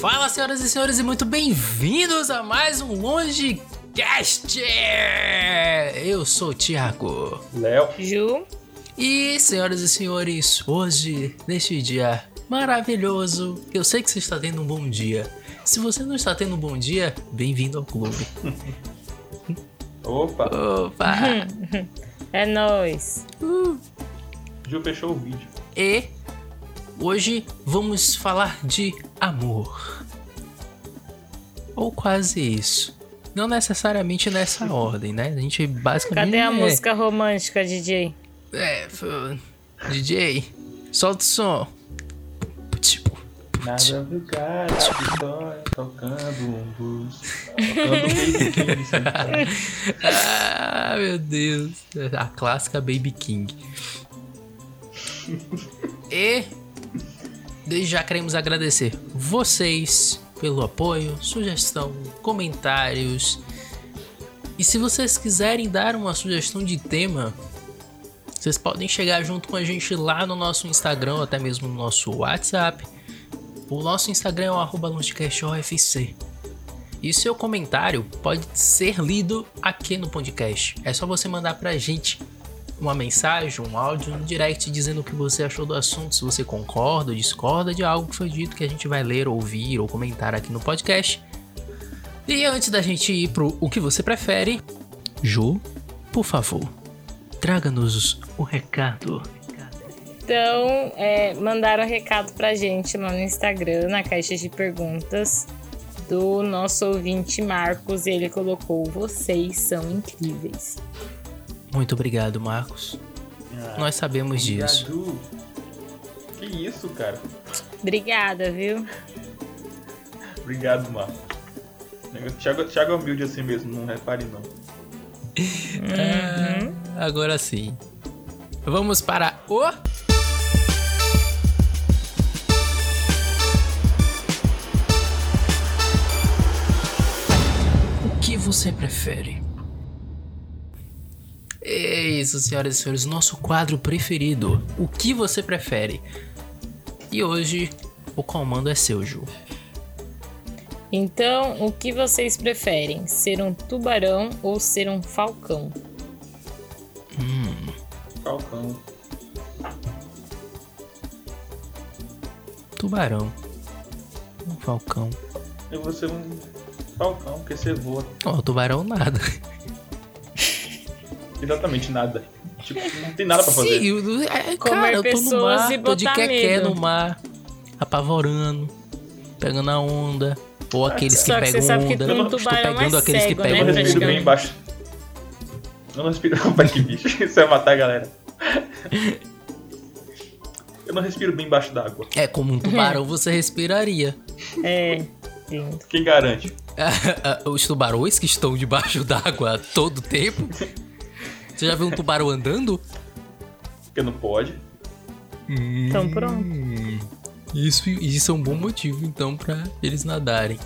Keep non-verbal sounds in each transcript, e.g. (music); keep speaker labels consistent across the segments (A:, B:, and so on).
A: Fala, senhoras e senhores, e muito bem-vindos a mais um Longe Cast. Eu sou o Thiago.
B: Léo.
C: Ju,
A: E, senhoras e senhores, hoje, neste dia maravilhoso, eu sei que você está tendo um bom dia. Se você não está tendo um bom dia, bem-vindo ao clube.
B: Opa,
A: Opa!
C: é nóis.
B: Ju fechou o vídeo.
A: (laughs) e hoje vamos falar de amor. Ou quase isso. Não necessariamente
C: (laughs)
A: nessa ordem, né? A gente basicamente.
C: Cadê a
A: é-
C: música romântica, DJ?
A: É, f- DJ, solta o som. Tipo,
B: Nada do cara, vitória, tocando um blues. Tocando um Baby King, sabe?
A: ah, meu Deus. A clássica Baby King. e desde já queremos agradecer vocês pelo apoio, sugestão, comentários. E se vocês quiserem dar uma sugestão de tema, vocês podem chegar junto com a gente lá no nosso Instagram, ou até mesmo no nosso WhatsApp. O nosso Instagram é o arroba longecastofc. E seu comentário pode ser lido aqui no podcast. É só você mandar pra gente uma mensagem, um áudio, um direct dizendo o que você achou do assunto, se você concorda ou discorda de algo que foi dito que a gente vai ler, ouvir ou comentar aqui no podcast. E antes da gente ir pro o que você prefere, Ju, por favor, traga-nos o recado.
C: Então, é, mandaram recado pra gente lá no Instagram, na caixa de perguntas do nosso ouvinte Marcos. Ele colocou: Vocês são incríveis.
A: Muito obrigado, Marcos.
B: Ah,
A: Nós sabemos é disso.
B: Ju. Que isso, cara?
C: Obrigada, viu?
B: Obrigado, Marco. Thiago, Thiago é humilde assim mesmo, não repare não.
A: Agora sim. Vamos para o O que você prefere? É isso, senhoras e senhores, nosso quadro preferido. O que você prefere? E hoje o comando é seu, Ju.
C: Então, o que vocês preferem? Ser um tubarão ou ser um falcão?
B: Falcão.
A: Tubarão. Um falcão.
B: Eu vou ser um falcão, porque você voa.
A: Ó, tubarão nada.
B: Exatamente nada. Tipo, não tem nada pra fazer.
A: Sim, eu- é,
C: Comer
A: cara, eu tô no
C: pessoas
A: mar,
C: e
A: tô de
C: botar
A: quequé
C: medo.
A: no mar, apavorando, pegando a onda, ou aqueles que
C: Só que
A: pegam
C: você sabe que
A: onda.
C: um
A: Estou
C: tubarão é
A: pegando aqueles que
C: cego, né,
B: Eu
A: pegam
B: não
C: praticamente.
B: respiro
A: onda.
B: bem embaixo. Eu não respiro. (laughs) Opa, que bicho. Isso vai matar a galera. Eu não respiro bem embaixo d'água.
A: É como um
C: (laughs)
A: tubarão você respiraria. (laughs)
C: É, lindo.
B: Quem garante?
A: Ah, Os tubarões que estão debaixo d'água todo tempo. Você já viu um tubarão andando?
B: Porque não pode.
C: Então, pronto.
A: Hum, Isso, isso é um bom motivo, então, pra eles nadarem.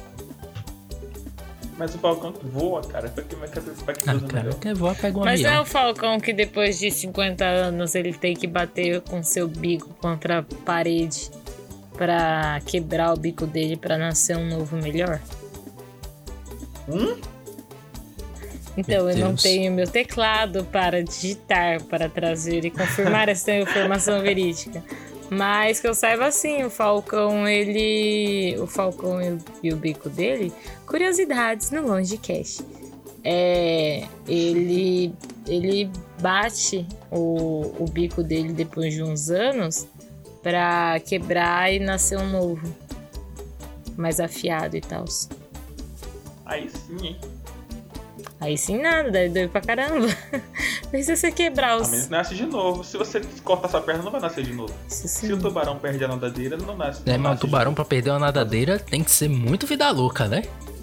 B: Mas o falcão que voa, cara. Pra que vai que pra que
A: Ah,
B: usa
A: cara,
B: melhor?
A: quer voar, pega um
C: Mas não é
A: avião.
C: o falcão que depois de 50 anos ele tem que bater com seu bico contra a parede pra quebrar o bico dele pra nascer um novo melhor?
B: Hum?
C: Então,
A: Meu
C: eu não
A: Deus.
C: tenho meu teclado para digitar, para trazer e confirmar essa informação verídica. Mas que eu saiba sim, o Falcão, ele. O Falcão e o, e o bico dele. Curiosidades no Longecast. É. Ele. Ele bate o, o bico dele depois de uns anos pra quebrar e nascer um novo. Mais afiado e tal.
B: Aí sim, hein?
C: Aí sim nada, daí doeu pra caramba. (laughs) Pensa você quebrar
B: A
C: os.
B: menos que nasce de novo. Se você corta sua perna, não vai nascer de novo.
C: Isso
B: Se o
C: sim.
B: tubarão perde a nadadeira, não nasce.
A: É, mas
B: não
A: um
B: nasce de
A: tubarão pra perder uma nadadeira tem que ser muito vida louca, né?
B: novo.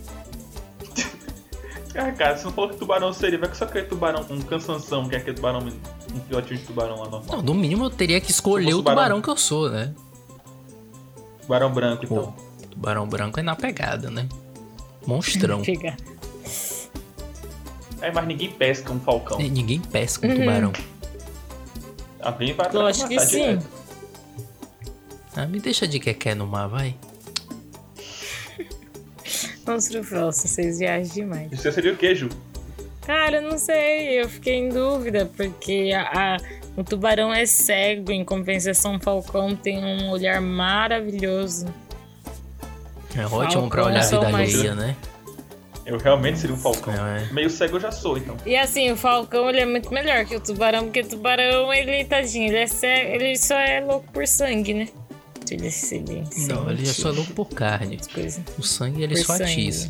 B: Ah, cara, você não falou que tubarão seria. Vai que só aquele tubarão com um cansanção, que é aquele tubarão, um filhotinho de tubarão lá normal.
A: Não, no mínimo eu teria que escolher
B: Eu
A: o
B: sou tubarão.
A: tubarão que eu sou, né?
B: Tubarão branco,
A: Pô,
B: então.
A: tubarão branco é na pegada, né? Monstrão.
C: Pegar.
B: É, mas ninguém pesca um falcão.
A: N- Ninguém pesca
C: Uhum.
A: um tubarão.
B: Alguém vai atrás
C: Lógico
B: pra
C: que
B: matar
C: sim.
B: direto.
A: Ah, me deixa de quequé no mar, vai.
C: Monstro Frost, vocês viajam demais.
B: Isso seria o queijo.
C: Cara, eu não sei, eu fiquei em dúvida, porque a- a- o tubarão é cego, em compensação, o falcão tem um olhar maravilhoso.
A: É ótimo pra
C: Falcão
A: olhar a
C: são
A: vida
C: um mais-
A: alheia, né?
B: Eu realmente seria um falcão.
A: É.
B: Meio cego eu já sou, então.
C: E assim, o falcão ele é muito melhor que o tubarão, porque o tubarão, ele, tadinho, ele, é cego, ele só é louco por sangue, né? Ele, se- ele,
A: Não, ele é só louco por carne.
C: coisas.
A: O sangue ele
C: Por
A: só
C: sangue.
A: atiça.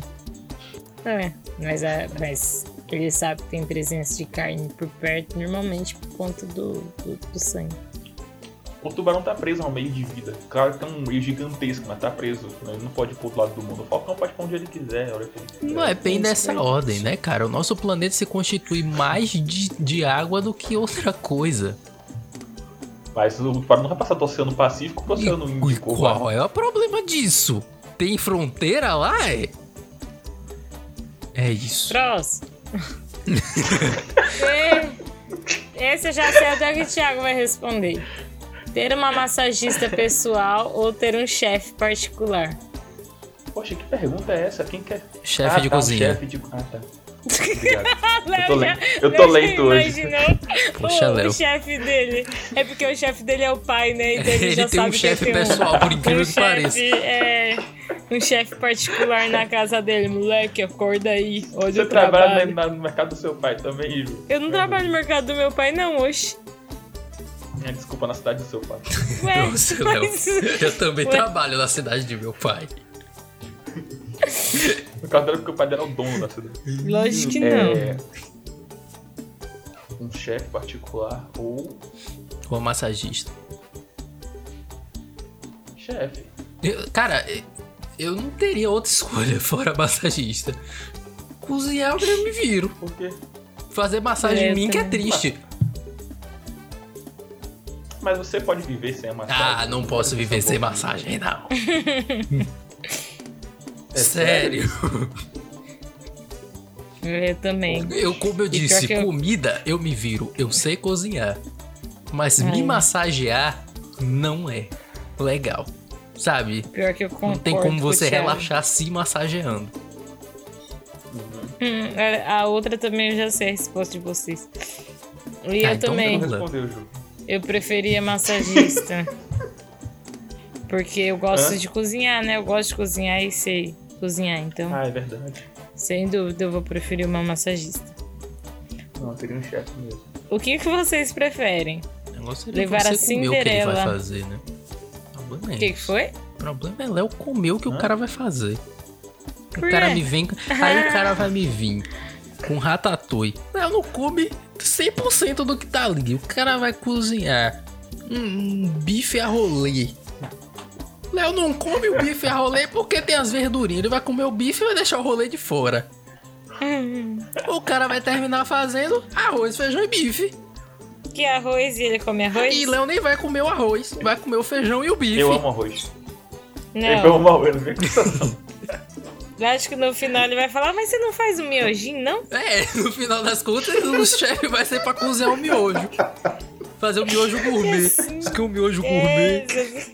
C: É, mas, a- mas ele sabe que tem presença de carne por perto, normalmente por conta do, do, do sangue.
B: O tubarão tá preso ao meio de vida. Claro que tem um meio gigantesco, mas tá preso. né? Ele não pode ir pro outro lado do mundo. O falcão pode ir pra onde ele quiser, a hora que ele quiser.
A: Não é bem dessa ordem, né, cara? O nosso planeta se constitui mais de, de água do que outra coisa.
B: Mas o tubarão não vai passar do Oceano Pacífico pro
A: E,
B: Oceano
A: e
B: Índico.
A: qual é o problema disso? Tem fronteira lá? É, é isso.
C: Próximo. É, Esse eu já sei até que o Thiago vai responder. Ter uma massagista pessoal ou ter um chefe particular? (laughs)
B: Poxa, que pergunta é essa? Quem quer?
A: Chefe
B: Ah,
A: de
B: tá, um
A: cozinha.
B: Chefe de... Ah,
C: (laughs)
B: tá. Obrigado.
C: Léo
B: tô
C: já-
B: lento- eu
C: Léo
B: tô
C: já
B: lento hoje.
C: imaginou
A: (laughs) Poxa,
C: o-
A: Léo.
C: O chefe dele. É porque o chefe dele é o pai, né? Então
A: (laughs)
C: ele,
A: Ele
C: já
A: tem um
C: sabe que
A: chefe
C: tem (laughs) um
A: pessoal, por incrível que
C: chefe,
A: pareça.
C: É, um chefe particular na casa dele. Moleque, acorda aí. Olha
B: Você
C: o trabalho.
B: trabalha na- no mercado do seu pai também, Ju?
C: Eu não trabalho no mercado do meu pai, não, oxe.
B: É, Desculpa, na cidade do seu pai.
C: Ué,
A: Nossa, Léo.
C: (laughs) mas...
A: Eu também
C: Ué.
A: trabalho na cidade de meu pai.
B: No caso dela, porque o pai dela é o dono da cidade.
C: Lógico que não.
B: É... Um chefe particular ou
A: Ou massagista.
B: chefe.
A: Eu- cara, eu não teria outra escolha (laughs) fora massagista. Cozinhar eu me viro.
B: Porque...
A: Fazer massagem
C: É,
A: em mim que é
C: também.
A: triste.
B: Mas você pode viver sem a massagem.
A: Ah, não posso viver sem massagem,
C: (laughs)
A: não. Sério. É.
C: Eu É, também.
A: Eu, como eu
C: pior
A: disse,
C: que eu-
A: comida eu me viro. Eu sei cozinhar. Mas
C: É.
A: me massagear não é legal. Sabe?
C: Pior que eu concordo
A: Não tem como
C: com o
A: você
C: Thiago.
A: relaxar se massageando.
C: Hum, a- a outra também eu já sei a resposta de vocês. E
A: Ah,
C: eu
A: então
C: também.
B: Não respondeu, Ju.
C: Eu preferia massagista. porque eu gosto
B: Hã?
C: de cozinhar, né? Eu gosto de cozinhar e sei cozinhar. Então,
B: Ah, é verdade.
C: sem dúvida, eu vou preferir uma massagista.
B: Não, seria um chefe mesmo.
C: O que, que vocês preferem?
A: Eu gostaria
C: Levar
A: de
C: a
A: você comer é o que ele vai
C: Cinderela.
A: fazer, né? O problema é
C: O que, que
A: esse.
C: foi?
A: O problema é Léo comer o que o
B: Hã?
A: cara vai fazer.
C: Por
A: O cara
C: quê?
A: me vem. Aí
C: (laughs)
A: o cara vai me vir com ratatouille. Léo não come 100% do que tá ali. O cara vai cozinhar um, um bife a rolê. Léo não come o bife a rolê porque tem as verdurinhas. Ele vai comer o bife e vai deixar o rolê de
C: (laughs)
A: fora. O cara vai terminar fazendo arroz, feijão e bife.
C: Que arroz e ele come arroz?
A: E Léo nem vai comer o arroz, vai comer o feijão e o bife.
B: Eu amo arroz. Eu
C: Não.
B: amo arroz, não vem com isso não.
C: Eu acho que no final ele vai falar, mas você não faz um miojinho, não?
A: É, no final das contas, o chefe vai ser pra cozinhar o miojo. Fazer o miojo gourmet. Diz que é o miojo
C: É,
A: gourmet.
C: esses-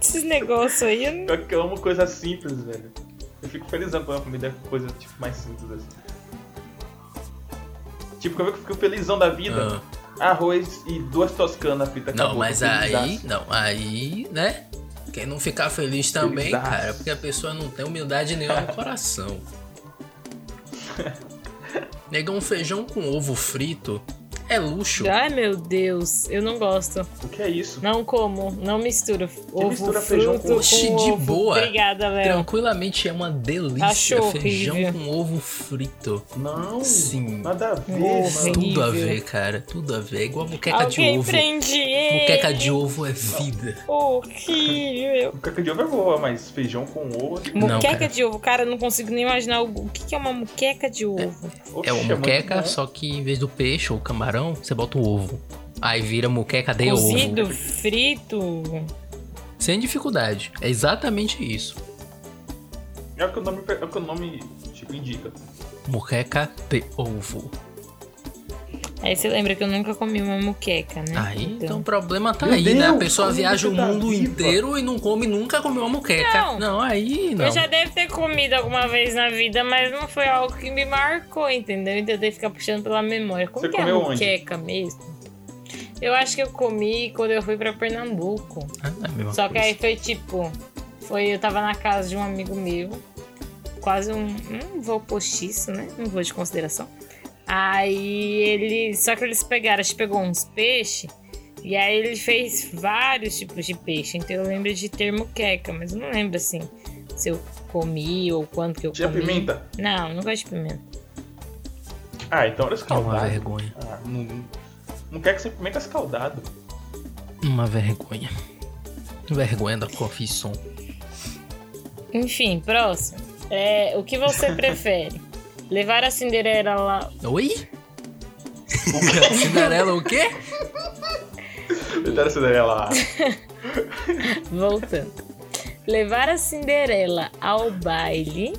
C: Esses negócios aí, eu não
B: Pior que eu amo coisa simples, velho. Eu fico felizão quando a comida é coisa tipo, mais simples assim. Tipo, como é que eu fico felizão da vida? Arroz e duas toscanas frita
A: Ah. Não,
B: acabou,
A: mas
B: tô
A: aí,
B: felizaço.
A: não, aí, né? Quem não ficar feliz também,
B: Felizaço.
A: cara, porque a pessoa não tem humildade nenhuma no
C: (laughs)
A: coração. Negar um feijão com ovo frito é luxo.
C: Ai, meu Deus, eu não gosto.
B: O que é isso?
C: Não como, não misturo. Ovo
B: mistura feijão
C: fruto
B: com-
C: com
A: Oxi, de
C: ovo.
A: boa.
C: Obrigada, Léo.
A: Tranquilamente é uma delícia.
C: Achou
A: feijão
C: horrível.
A: com ovo frito.
B: Não,
A: Sim.
B: nada a ver,
A: É.
C: Morre.
B: mano.
A: Tudo a
C: Horrível.
A: ver, cara. Tudo a ver. É igual muqueca de
C: Alguém
A: ovo.
C: prende ele.
A: Muqueca de ovo é vida.
C: Horrível.
B: Caca de ovo é boa, mas feijão com ovo.
A: Não,
C: Muqueca
A: cara.
C: de ovo, cara, eu não consigo nem imaginar o o que que é uma muqueca de ovo.
B: Oxe,
A: É uma
B: muito
A: muqueca,
B: bom.
A: só que em vez do peixe ou camarão, você bota o ovo. Aí vira muqueca de
C: Cozido,
A: ovo.
C: frito.
A: Sem dificuldade. É exatamente isso.
B: É o que o nome, é o que o nome tipo, indica.
A: Muqueca de ovo.
C: Aí você lembra que eu nunca comi uma muqueca, né?
A: Aí, então, o problema tá aí, né? A
B: Deus,
A: pessoa
B: como
A: viaja o
B: você tá
A: mundo
B: viva?
A: inteiro e não come, nunca comeu uma moqueca.
C: Não.
A: aí não.
C: Eu já devo ter comido alguma vez na vida, mas não foi algo que me marcou, entendeu? Então eu devo ficar puxando pela memória. Como
B: Você
C: que é a
B: comeu onde?
C: muqueca mesmo? Eu acho que eu comi quando eu fui pra Pernambuco.
A: Ah, não é a mesma
C: Só que
A: coisa.
C: aí foi tipo. Foi, eu tava na casa de um amigo meu, quase um, um voo postiço, né? Um voo de consideração. Aí ele. Só que eles pegaram, a gente pegou uns peixes. E aí ele fez vários tipos de peixe. Então eu lembro de ter muqueca, mas eu não lembro assim se eu comi ou quanto que eu
B: Tinha
C: comi.
B: pimenta?
C: Não, não gosto de pimenta.
B: Ah, então
A: É uma
B: era escaldado.
A: vergonha.
B: Ah, não, não quer que você pimenta é escaldado.
A: Uma vergonha. Vergonha da confissão.
C: Enfim, próximo. É, o que
B: (laughs)
C: você prefere? Levar a Cinderela lá.
A: Oi? (laughs) Cinderela o quê?
B: Tentaram Cinderela lá.
C: Voltando. Levar a Cinderela ao baile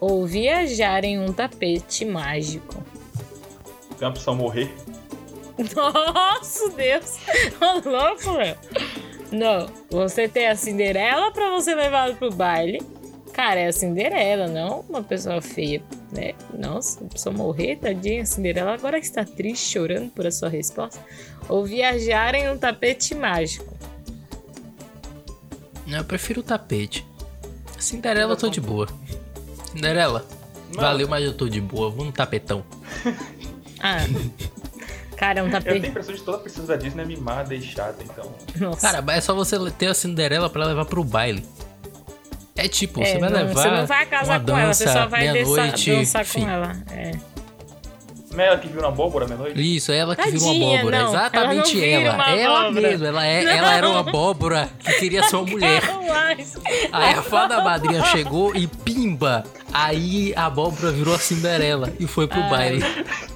C: ou viajar em um tapete mágico. (laughs)
B: Tem uma opção morrer.
C: Nossa, Deus! Ô, louco, meu! Não, você tem a Cinderela pra você levar pro baile. Cara, é a Cinderela, não uma pessoa feia, né? Nossa, só morrer, tadinha, a Cinderela agora que está triste, chorando por a sua resposta. Ou viajar em um tapete mágico.
A: Não, Eu prefiro o tapete. Cinderela eu tô de boa. Cinderela,
B: Não.
A: valeu, mas eu tô de boa. Vou no tapetão.
C: Ah, cara, um
B: Eu tenho a
C: tapete.
B: impressão de toda princesa da Disney é mimada e chata, então.
C: Nossa.
A: Cara, mas é só você ter a Cinderela pra levar pro baile. É tipo,
C: É,
A: você vai
C: não,
A: levar.
C: Você não vai casar
A: uma
C: com ela, você
A: dança,
C: só vai dançar,
A: meia-noite,
C: dançar
A: fim.
C: com ela. É.
B: Não é ela que viu na abóbora à meia-noite?
A: Isso, é ela que virou
C: Tadinha,
A: uma abóbora.
C: não.
A: Exatamente
C: Ela não
A: ela.
C: vira uma
A: ela
C: abóbora.
A: mesma. Ela, é,
C: Não.
A: ela era uma abóbora que queria ser uma
C: (laughs)
A: mulher.
C: Eu acho.
A: Aí a fada madrinha chegou e pimba! Aí a abóbora virou a Cinderela e foi pro
C: Ai,
A: baile.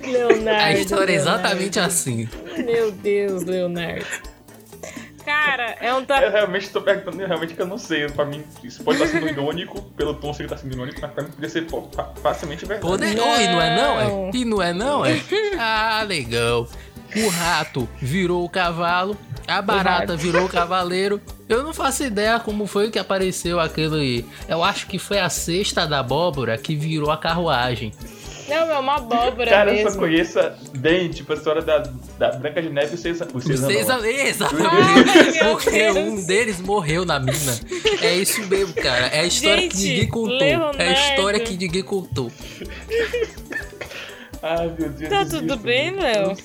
C: Leonardo.
A: A história é
C: Leonardo.
A: exatamente assim.
C: Meu Deus, Leonardo. Cara, é um
B: Eu
C: tapete.
B: realmente tô perguntando, eu realmente que eu não sei. Pra mim, isso pode estar sendo irônico, pelo tom sei que tá sendo irônico, mas pra mim podia ser pô, fa- facilmente verdade.
A: Poder... Oh, e não é não,
C: Não.
A: é? E não é não, é? Ah, legal. O rato virou o cavalo, a barata virou o cavaleiro. Eu não faço ideia como foi que apareceu aquele. Eu acho que foi a cesta da abóbora que virou a carruagem.
C: Não, é uma abóbora
B: Cara, eu só
C: mesmo.
B: conheço bem, tipo, a história da, da Branca de Neve e o César. O César,
A: Vocês
B: não.
A: exatamente.
C: Ai, meu
A: (laughs) Porque
C: Deus.
A: um deles morreu na mina. É isso mesmo, cara. É a história que
C: Gente,
A: ninguém contou. É a
C: Leonardo.
A: história que ninguém contou.
B: Ai, meu Deus.
C: Tá
B: do
C: tudo
B: céu. é
C: bem, Léo?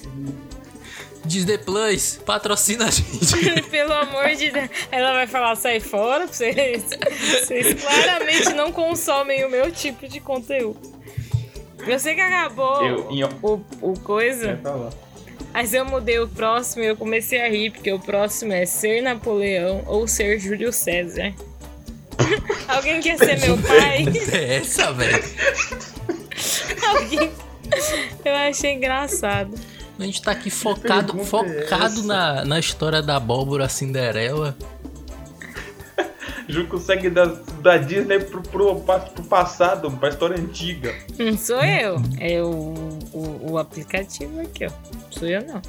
A: Disney Plus, patrocina a gente.
C: (laughs) Pelo amor de Deus. Ela vai falar, sai fora, pra vocês. Vocês claramente não consomem o meu tipo de conteúdo. Eu sei que acabou
B: Eu, em...
C: o, o coisa.
B: é, tá lá.
C: Mas eu mudei o próximo e eu comecei a rir, porque o próximo é ser Napoleão ou ser Júlio César. (laughs) Alguém quer ser meu pai? (laughs)
A: É essa, velho.
C: Alguém. Eu achei engraçado.
A: A gente tá aqui focado,
B: pergunta é
A: focado
B: essa?
A: na, na história da abóbora Cinderela.
B: Ju consegue da, da Disney pro, pro, pa- pro passado, pra história antiga.
C: Não sou eu. É o, o, o aplicativo aqui, ó. Não sou eu, não.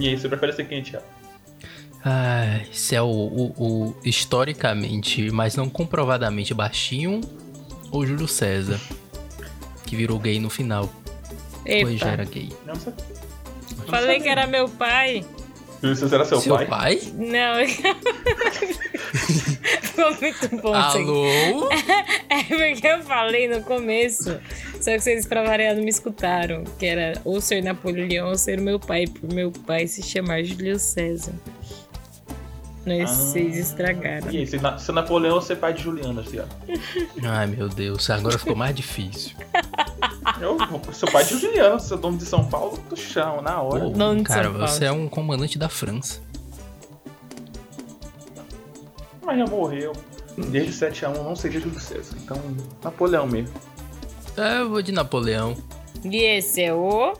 B: E aí, você prefere ser quem, Thiago?
A: Ai, se é o, o- o historicamente, mas não comprovadamente baixinho, ou Júlio César, que virou gay no final, pois já era
C: Epa.
A: gay.
B: Não, você...
C: Falei que era meu pai.
B: Júlio César era seu,
A: Seu
B: pai?
A: pai?
C: Não. (laughs) Ficou muito bom
A: Ah,
C: isso aqui. (laughs)
A: Alô?
C: É porque eu falei no começo. Só que vocês, pra variar, não me escutaram. Que era ou ser Napoleão ou ser meu pai. Por meu pai se chamar Júlio César. Mas
B: Ah.
C: vocês estragaram.
B: E aí, se, na, se Napoleão ser pai de Juliana, assim, Thiago?
A: Ai, meu Deus, agora ficou mais difícil.
B: Eu vou- sou pai de Juliano, sou dono de São Paulo, do chão, na hora.
A: Pô,
C: Não, de
A: cara,
C: São Paulo.
A: você é um comandante da França.
B: Mas já morreu. Desde 7 a 1 não seria Júlio César. Então, Napoleão mesmo.
A: É, eu vou de Napoleão.
C: E esse é o.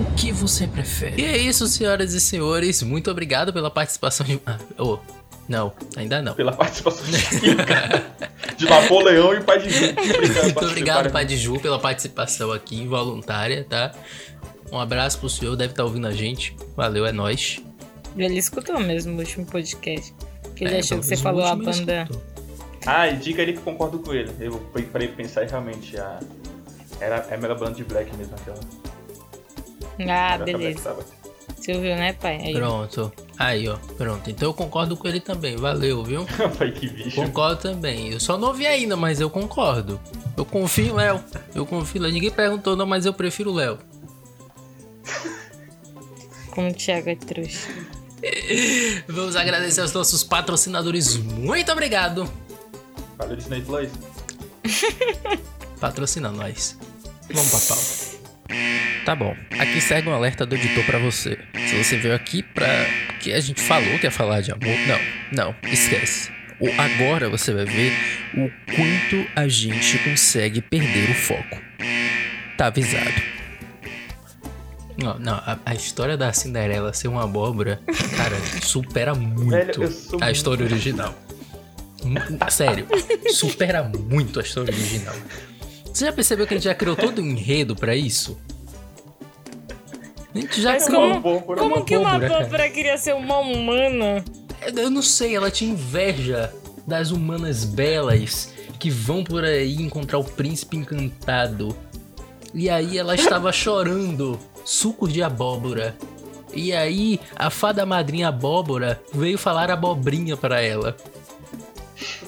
A: O que você prefere? E é isso, senhoras e senhores. Muito obrigado pela participação de. Ah, ô, Não, ainda
B: (laughs)
A: não.
B: pela participação de Chiquinho, cara. De Napoleão e Pai de
C: (laughs)
B: Ju.
A: Muito obrigado, Padre Ju, pela participação aqui involuntária, tá? Um abraço pro senhor, deve estar ouvindo a gente. Valeu, é nóis.
C: Ele escutou mesmo o último podcast. Porque ele
A: É,
C: achou que você
A: talvez o
C: falou a
A: último ele
C: banda.
A: escutou.
B: Ah, e diga ali que eu concordo com ele. Eu parei pra pensar e realmente a. Era é a melhor banda de black mesmo aquela.
C: Ah,
B: era
C: beleza.
B: Black Sabbath.
C: Você ouviu, né, pai? Aí.
A: Pronto. Aí, ó. Pronto. Então eu concordo com ele também. Valeu, viu?
B: (laughs) Pai, que bicho.
A: Concordo também. Eu só não ouvi ainda, mas eu concordo. Eu confio, em Léo. Eu confio. em Léo. Ninguém perguntou, não, mas eu prefiro o Léo.
C: Como o Thiago é trouxa.
A: Vamos agradecer aos nossos patrocinadores. Muito obrigado.
B: Valeu, Disney Plus.
A: Patrocina nós. Vamos pra pauta. Tá bom. Aqui segue um alerta do editor pra você. Se você veio aqui pra. que a gente falou que ia falar de amor. Não, não, esquece. O- agora você vai ver o quanto a gente consegue perder o foco. Tá avisado. Não, não, a, a história da Cinderela ser uma abóbora, cara, supera muito
B: (laughs) Velho, eu sou
A: a história original. Mu- Sério, supera muito a história original. Você já percebeu que a gente já criou todo um enredo pra isso? A gente já
B: Mas
A: criou.
B: É, como-
C: Como,
B: uma abóbora.
A: Uma
C: como que uma
A: abóbora, cara.
C: abóbora queria ser uma humana?
A: Eu não sei, ela tinha inveja das humanas belas que vão por aí encontrar o príncipe encantado. E aí ela estava chorando, sucos de abóbora. E aí a fada madrinha abóbora veio falar abobrinha pra ela.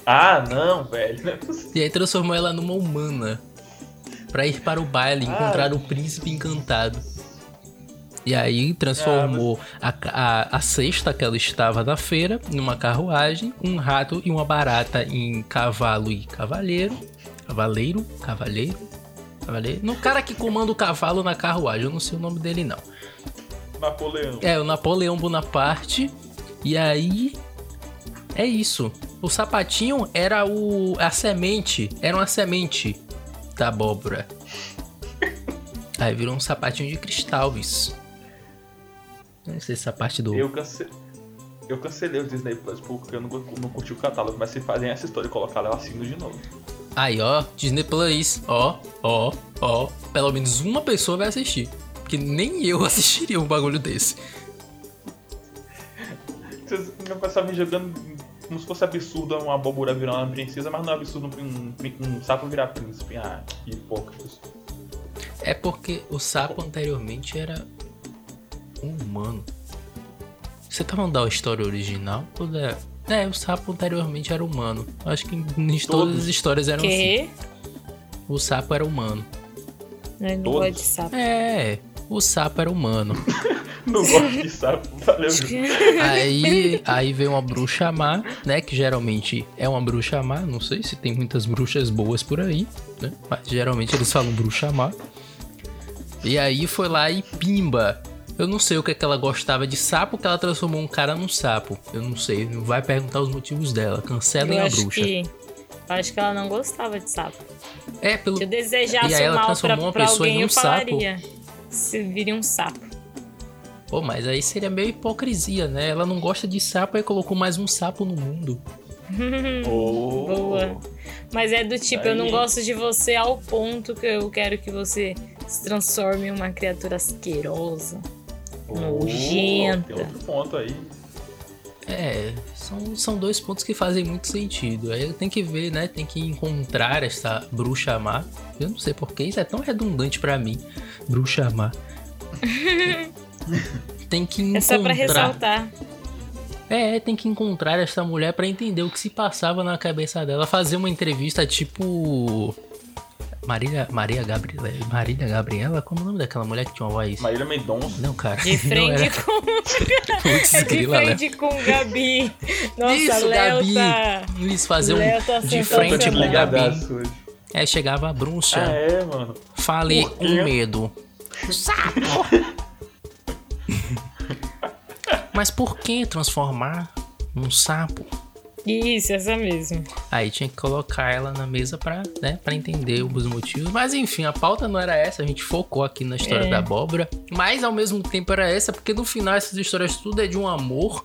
B: Ah, não, velho. (laughs) Não é possível.
A: E aí transformou ela numa humana Pra ir para o baile encontrar o príncipe encantado. E aí transformou a, ca- a, a cesta que ela estava na feira numa carruagem, um rato e uma barata em cavalo e cavalheiro. Cavaleiro, cavalheiro, cavalheiro. No cara que comanda o cavalo na carruagem, eu não sei o nome dele não.
B: Napoleão.
A: É, o Napoleão Bonaparte. E aí. É isso. O sapatinho era o. a semente. Era uma semente da abóbora. Aí virou um sapatinho de cristal, isso. Não sei se essa parte do.
B: Eu cancelei. Eu cancelei o Disney Plus porque eu não, não curti o catálogo, mas se fazem essa história e colocar ela assino de novo.
A: Aí, ó, Disney Plus, ó, ó, ó. Pelo menos uma pessoa vai assistir. Porque nem eu (laughs) assistiria um bagulho desse.
B: Vocês não pensavam jogando como se fosse absurdo uma abóbora virar uma princesa, mas não é absurdo um, um, um sapo virar príncipe. Ah, que hipócritas. (laughs)
A: É porque o sapo anteriormente era um humano. Você tá falando da história original? Ou da... É, o sapo anteriormente era humano. Acho que em todas
B: Todos.
A: as histórias eram assim.
C: Que?
A: O sapo era humano.
C: Eu não
B: Todos.
C: gosto de sapo.
A: É, o sapo era humano.
B: Não gosto de sapo,
C: (laughs)
B: valeu. Ju.
A: aí, aí vem uma bruxa má, né? Que geralmente é uma bruxa má. Não sei se tem muitas bruxas boas por aí, né? Mas geralmente eles falam bruxa má. E aí foi lá e pimba. Eu não sei o que, é que ela gostava de sapo, que ela transformou um cara num sapo. Eu não sei, não vai perguntar os motivos dela. Cancelem
C: eu
A: a
C: acho
A: é bruxa.
C: que. Eu acho que ela não gostava de sapo.
A: É, pelo.
C: Se eu
A: E
C: desejasse
A: aí
C: o
A: ela
C: mal pra,
A: transformou uma
C: pra
A: pessoa em
C: alguém,
A: um
C: eu falaria. Se viria um sapo.
A: Pô, mas aí seria meio hipocrisia, né? Ela não gosta de sapo e colocou mais um sapo no mundo.
B: Oh.
C: Boa. Mas é do tipo, eu não
B: Aí.
C: gosto de você ao ponto que eu quero que você se transforme em uma criatura asquerosa. Nojenta.
B: Tem outro ponto aí.
A: É, são, são dois pontos que fazem muito sentido. Aí tem que ver, né? Tem que encontrar essa bruxa má. Eu não sei porque isso é tão redundante pra mim. Bruxa má. tem que encontrar.
C: É só pra ressaltar.
A: É, tem que encontrar essa mulher pra entender o que se passava na cabeça dela. Fazer uma entrevista tipo. Marília, Maria Gabriela. Marília Gabriela? Como é o nome daquela mulher que tinha uma voz?
B: Maíra Mendonça.
A: Não, é. cara.
C: De
A: (laughs) não
C: frente
A: era.
C: com.
A: Putz,
C: é (laughs) de
A: grila, né? Léo.
C: frente com o Gabi. Nossa,
A: Isso,
C: Léo
A: Gabi.
C: tá.
A: Isso, fazer
C: Léo tá
A: um de
C: sensacional.
A: frente
B: Tô
A: com o
B: ligado
A: Gabi.
B: às suas.
A: Aí chegava a bruxa.
B: Ah, é, mano.
A: Fale
B: Por quê?
A: um medo. Sapo!
B: (laughs)
A: Mas por que transformar num sapo?
C: Isso, essa mesmo.
A: Aí tinha que colocar ela na mesa pra, né, pra entender os motivos. Mas enfim, a pauta não era essa, a gente focou aqui na história
C: É.
A: da abóbora. Mas ao mesmo tempo era essa, porque no final essas histórias tudo é de um amor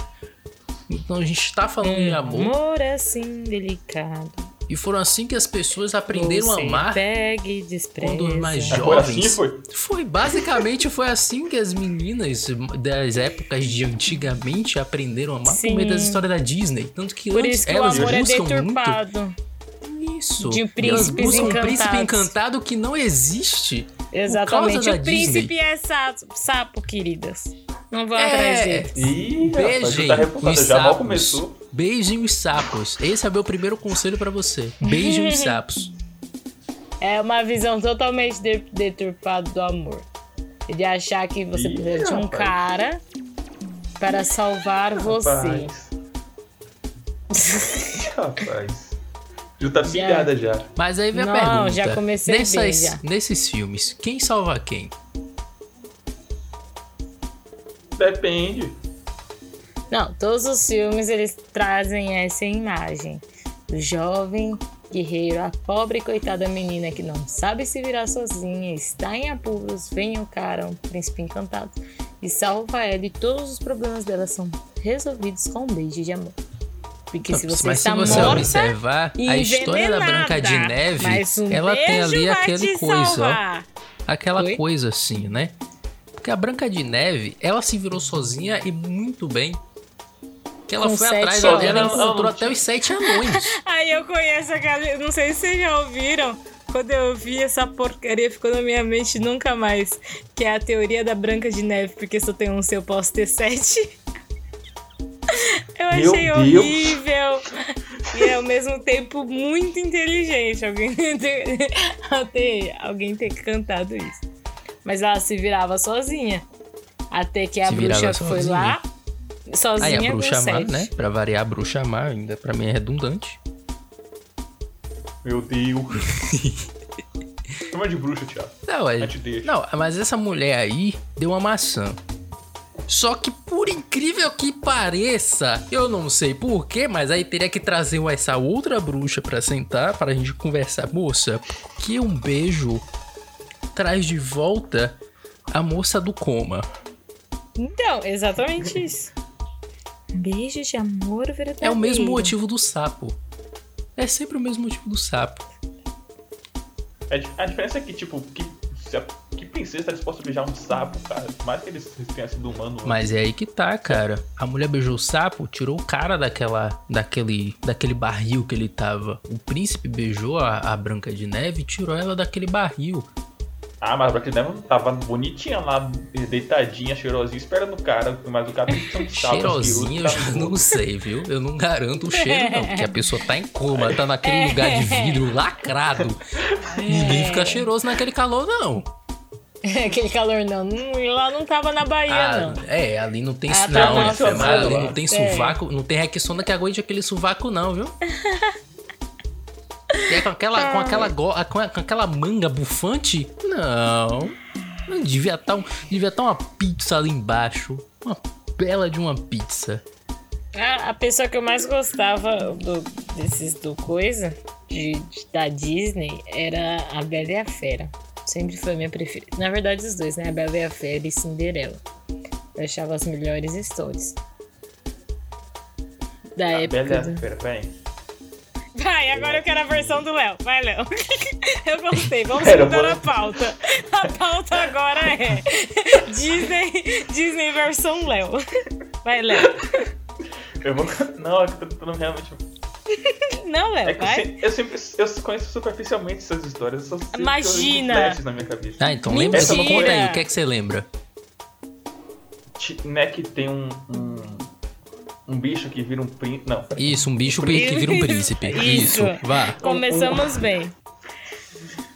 A: Então a gente tá falando
C: É.
A: de amor.
C: Um Amor assim, delicado.
A: E foram assim que as pessoas aprenderam a
C: Você
A: amar
C: Pega e despreza.
A: quando mais
B: É, foi assim,
A: jovens.
B: foi?
A: Foi, basicamente foi assim que as meninas das épocas de antigamente aprenderam a amar por meio
C: Sim.
A: das histórias da Disney. Tanto que
C: Por
A: antes
C: isso que o
A: elas
C: amor é
A: buscam
C: deturpado.
A: muito isso.
C: De
A: E elas
C: príncipes
A: buscam um príncipe
C: encantados.
A: encantado que não existe.
C: Exatamente.
A: causa da
C: O príncipe é sapo, sapo, queridas. Não vão
A: É.
C: atrás dele.
B: Ih, rapaz,
A: Beijem
B: já tá reputada,
A: os
B: já mal
A: sapos.
B: começou.
A: Beijem os sapos. Esse é o meu primeiro conselho pra você. Beijem
C: (laughs)
A: os sapos.
C: É uma visão totalmente de- deturpada do amor. De achar que você
B: Ih,
C: precisa de um
B: rapaz.
C: cara para salvar você.
B: Rapaz. Ih, rapaz. Ju tá pilhada já.
A: Mas aí vem a
C: Não,
A: pergunta.
C: já comecei
A: Nessas-
C: bem, já.
A: Nesses filmes, quem salva quem?
B: Depende.
C: Não, todos os filmes eles trazem essa imagem. Do jovem guerreiro, a pobre coitada menina que não sabe se virar sozinha, está em apuros, vem o cara, um príncipe encantado, e salva ela e todos os problemas dela são resolvidos com um beijo de amor. Porque se você
A: Mas se
C: está
A: você
C: morta,
A: observar,
C: e
A: a história da Branca de
C: envenenada,
A: Neve,
C: mas um
A: ela tem
C: beijo
A: ali
C: vai
A: aquele
C: te
A: coisa, ó.
C: salvar.
A: aquela
C: Oi?
A: coisa assim, né? Porque a Branca de Neve, ela se virou sozinha e muito bem. Que ela
C: Com
A: foi
C: sete
A: atrás dela, ela
B: anos.
A: encontrou até os sete anões.
C: Aí eu conheço aquela. Não sei se vocês já ouviram. Quando eu vi essa porcaria, ficou na minha mente nunca mais. Que é a teoria da Branca de Neve, porque se eu tenho um seu, eu posso ter sete. Eu
B: Meu
C: achei
B: Deus.
C: horrível. E ao mesmo tempo muito inteligente alguém (laughs) ter, ter- alguém ter cantado isso. Mas ela se virava sozinha. Até que a
A: Se virava
C: bruxa foi lá, (laughs) sozinha
A: Aí a bruxa
C: com
A: má,
C: sete.
A: né? Pra variar, a bruxa má ainda pra mim é redundante.
B: Meu Deus. (laughs) Chama de bruxa, Thiago.
A: Não, é-
B: Eu te deixo.
A: não, mas essa mulher aí deu uma maçã. Só que por incrível que pareça, eu não sei porquê, mas aí teria que trazer essa outra bruxa pra sentar pra gente conversar. Moça, por que um beijo traz de volta a moça do coma?
C: Então, exatamente isso. Beijo de amor verdadeiro.
A: É o mesmo
C: (laughs)
A: motivo do sapo. É sempre o mesmo motivo do sapo.
B: A, di- a diferença é que, tipo, que, se a- que princesa tá disposta a beijar um sapo, cara? Por mais que eles tenham sido né? humano.
A: Mas é aí que tá, cara. A mulher beijou o sapo, tirou o cara daquela, daquele, daquele barril que ele tava. O príncipe beijou a, a Branca de Neve e tirou ela daquele barril.
B: Ah, mas a Branca de Neve tava bonitinha lá, deitadinha, cheirosinha, esperando o cara, mas o cara tem que ser um
A: (laughs)
B: sapo.
A: Cheirosinho, eu
B: asqueroso,
A: já
B: tá
A: não sei, viu? Eu não garanto o cheiro, não. Porque a pessoa tá em coma, tá naquele lugar de vidro lacrado. Ninguém fica cheiroso naquele calor, não.
C: É, Aquele calor não. Hum, Lá não tava na Bahia,
A: Ah,
C: não.
A: é, ali não tem
C: Ah,
A: su-
C: tá
A: não,
B: bom,
A: né,
B: tá bom.
A: Fernanda? ali não tem
C: É.
A: sovaco, não tem requissona que aguente aquele sovaco não, viu? (laughs) E aí com aquela, com aquela, go- ah, com a- com aquela manga bufante? Não. Não, Devia estar devia tá uma pizza ali embaixo. Uma bela de uma pizza.
C: A, a pessoa que eu mais gostava do- desses do coisa, de, de- da Disney, era a Bela e a Fera. Sempre foi minha preferida. Na verdade, os dois, né? A Bela e a Fera e Cinderela. Eu achava as melhores histórias. Da
B: A
C: época. né?
B: Bela,
C: do-
B: Ah, pera, pera aí.
C: Vai, agora eu quero a versão do Léo. Vai, Léo. (laughs) Eu gostei. Vamos
B: Pera,
C: mudar
B: eu vou-
C: a pauta. A pauta agora é Disney, Disney versão Léo. Vai, Léo.
B: Eu vou. (laughs) Não, é que eu tô tentando realmente.
C: Não,
B: É
C: Léo,
B: que eu,
C: vai.
B: se- eu sempre eu conheço superficialmente essas histórias. eu Só sei que eu-
C: Imagina.
B: flashes na minha cabeça.
A: Ah, então lembra?
B: Mentira!
A: Então conta aí, o que é que você lembra?
B: Ti- né, que tem um, um. um bicho que vira um príncipe. Não, peraí.
A: Isso, um bicho pri- que vira um príncipe. Isso,
C: Isso.
A: vá.
C: Começamos bem.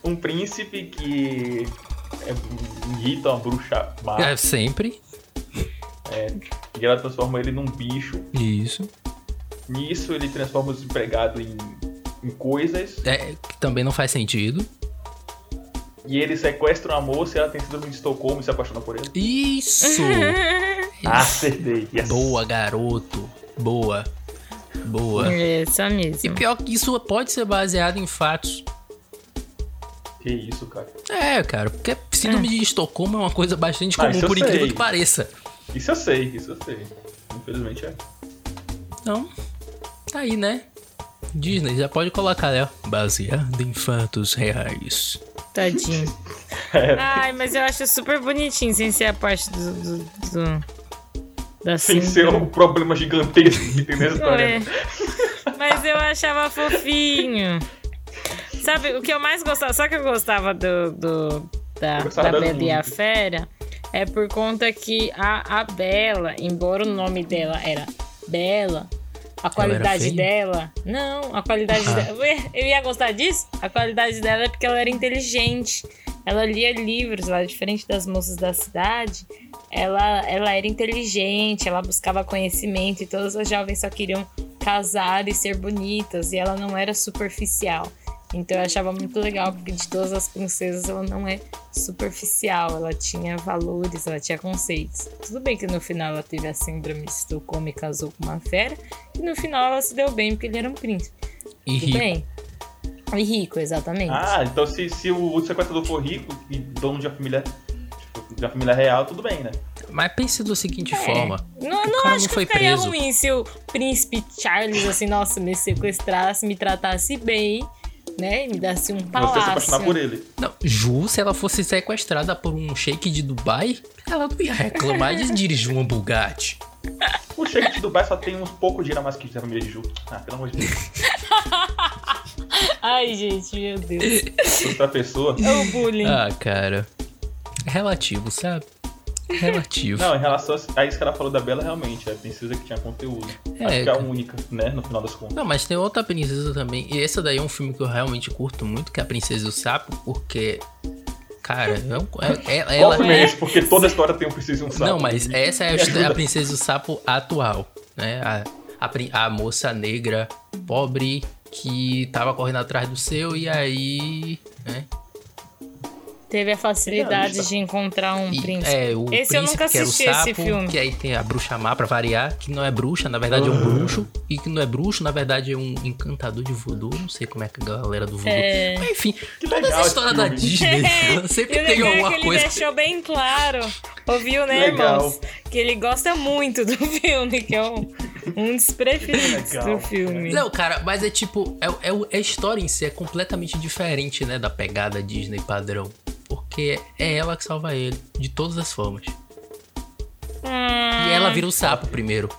B: Um príncipe que. É, irrita uma bruxa má.
A: É sempre.
B: E ela transforma ele num bicho.
A: Isso.
B: Nisso ele transforma os empregados em, em coisas.
A: É, que também não faz sentido.
B: E ele sequestra uma moça e ela tem síndrome de Estocolmo e se apaixona por ele.
A: Isso!
B: Acertei. é Yes.
A: Boa, garoto. Boa. Boa.
C: Essa
A: E
C: É, mesmo.
A: pior que isso pode ser baseado em fatos.
B: Que isso, cara.
A: É, cara, porque síndrome de Estocolmo é uma coisa bastante
B: Ah,
A: comum,
B: isso eu
A: por incrível
B: sei.
A: que pareça.
B: Isso eu sei, isso eu sei. Infelizmente é. (laughs)
A: Então, tá aí, né? Disney, já pode colocar, Léo. Baseado em fatos reais.
C: Tadinho.
B: É,
A: Ah,
C: Ai, mas eu acho super bonitinho, sem ser a parte do. do, do da
B: Sem
C: cinta.
B: ser um problema gigantesco (laughs) que tem nessa
C: Não é.
B: história.
C: Mas eu achava fofinho. Sabe, o que eu mais gostava, só que eu gostava do, do- da,
B: Eu gostava
C: da
B: das
C: Bela e a
B: músicas.
C: Fera é por conta que a, a Bela, embora o nome dela era Bela, a qualidade
A: feia?
C: dela. Não, a qualidade
A: Ah.
C: dela. Ué, Eu ia gostar disso? A qualidade dela é porque ela era inteligente. Ela lia livros lá, diferente das moças da cidade. Ela, ela era inteligente, ela buscava conhecimento e todas as jovens só queriam casar e ser bonitas. E ela não era superficial. Então eu achava muito legal, porque de todas as princesas ela não é superficial. Ela tinha valores, ela tinha conceitos. Tudo bem que no final ela teve a síndrome de Estocolmo e casou com uma fera. E no final ela se deu bem, porque ele era um príncipe.
A: E
C: Tudo
A: rico.
C: bem. E rico, exatamente.
B: Ah, então se, se o sequestrador for rico e dono de uma família, tipo, de uma família real, tudo bem, né?
A: Mas pense da seguinte
C: É.
A: forma.
C: Não,
A: O
C: não
A: cara
C: acho
A: não
C: que
A: foi
C: ficaria
A: preso.
C: ruim se o príncipe Charles, assim, nossa, me sequestrasse, me tratasse bem, né? E me desse um
B: Você se
C: palácio.
B: apaixonar por ele.
A: Não, Ju, se ela fosse sequestrada por um shake de Dubai, ela não ia reclamar de dirigir uma Bugatti.
B: O chefe de Dubai só tem uns poucos dinheiro a mais que a família de Ju. Ah, pelo amor de Deus. (laughs)
C: Ai, gente, meu Deus.
B: Outra pessoa.
C: É o bullying.
A: Ah, cara. Relativo, sabe? Relativo.
B: (laughs) Não, em relação a isso que ela falou da Bela, realmente, é a princesa que tinha conteúdo.
A: É,
B: Acho que é a
A: cara.
B: única, né? No final das contas.
A: Não, mas tem outra princesa também. E essa daí é um filme que eu realmente curto muito, que é a Princesa e o Sapo, porque. Cara, é um- é- é- ela.
B: Qual é esse? Porque toda história tem um preciso e um sapo.
A: Não, mas essa é a,
B: Me
A: histó-
B: ajuda.
A: a Princesa e o Sapo atual, né? A, a pri- a moça negra, pobre, que tava correndo atrás do seu e aí. Né?
C: Teve a facilidade
B: Realista.
C: de encontrar um
A: E,
C: príncipe.
A: é, o
C: Esse
A: príncipe,
C: eu nunca
A: que era o
C: assisti esse
A: sapo,
C: filme.
A: Que aí tem a bruxa má pra variar, que não é bruxa, na verdade é um
B: Uhum.
A: bruxo. E que não é bruxo, na verdade é um encantador de voodoo. Não sei como é que a galera do voodoo.
C: É.
A: Mas, enfim,
B: Que
A: toda
B: legal
A: essa
B: esse
A: história da
B: filme.
A: Disney
C: É, (laughs)
A: ela
C: e
A: sempre
C: o
A: tem
C: legal é que
A: alguma
C: ele
A: coisa.
C: deixou bem claro. Ouviu, né,
B: Legal.
C: irmãos? Que ele gosta muito do (laughs) filme, que é um, um dos preferidos
B: Legal.
C: do filme.
A: Não, cara, mas é tipo, é, é, o- é a história em si é completamente diferente, né, da pegada Disney padrão. Porque é ela que salva ele, de todas as formas.
C: Ah,
A: E ela vira o sapo primeiro.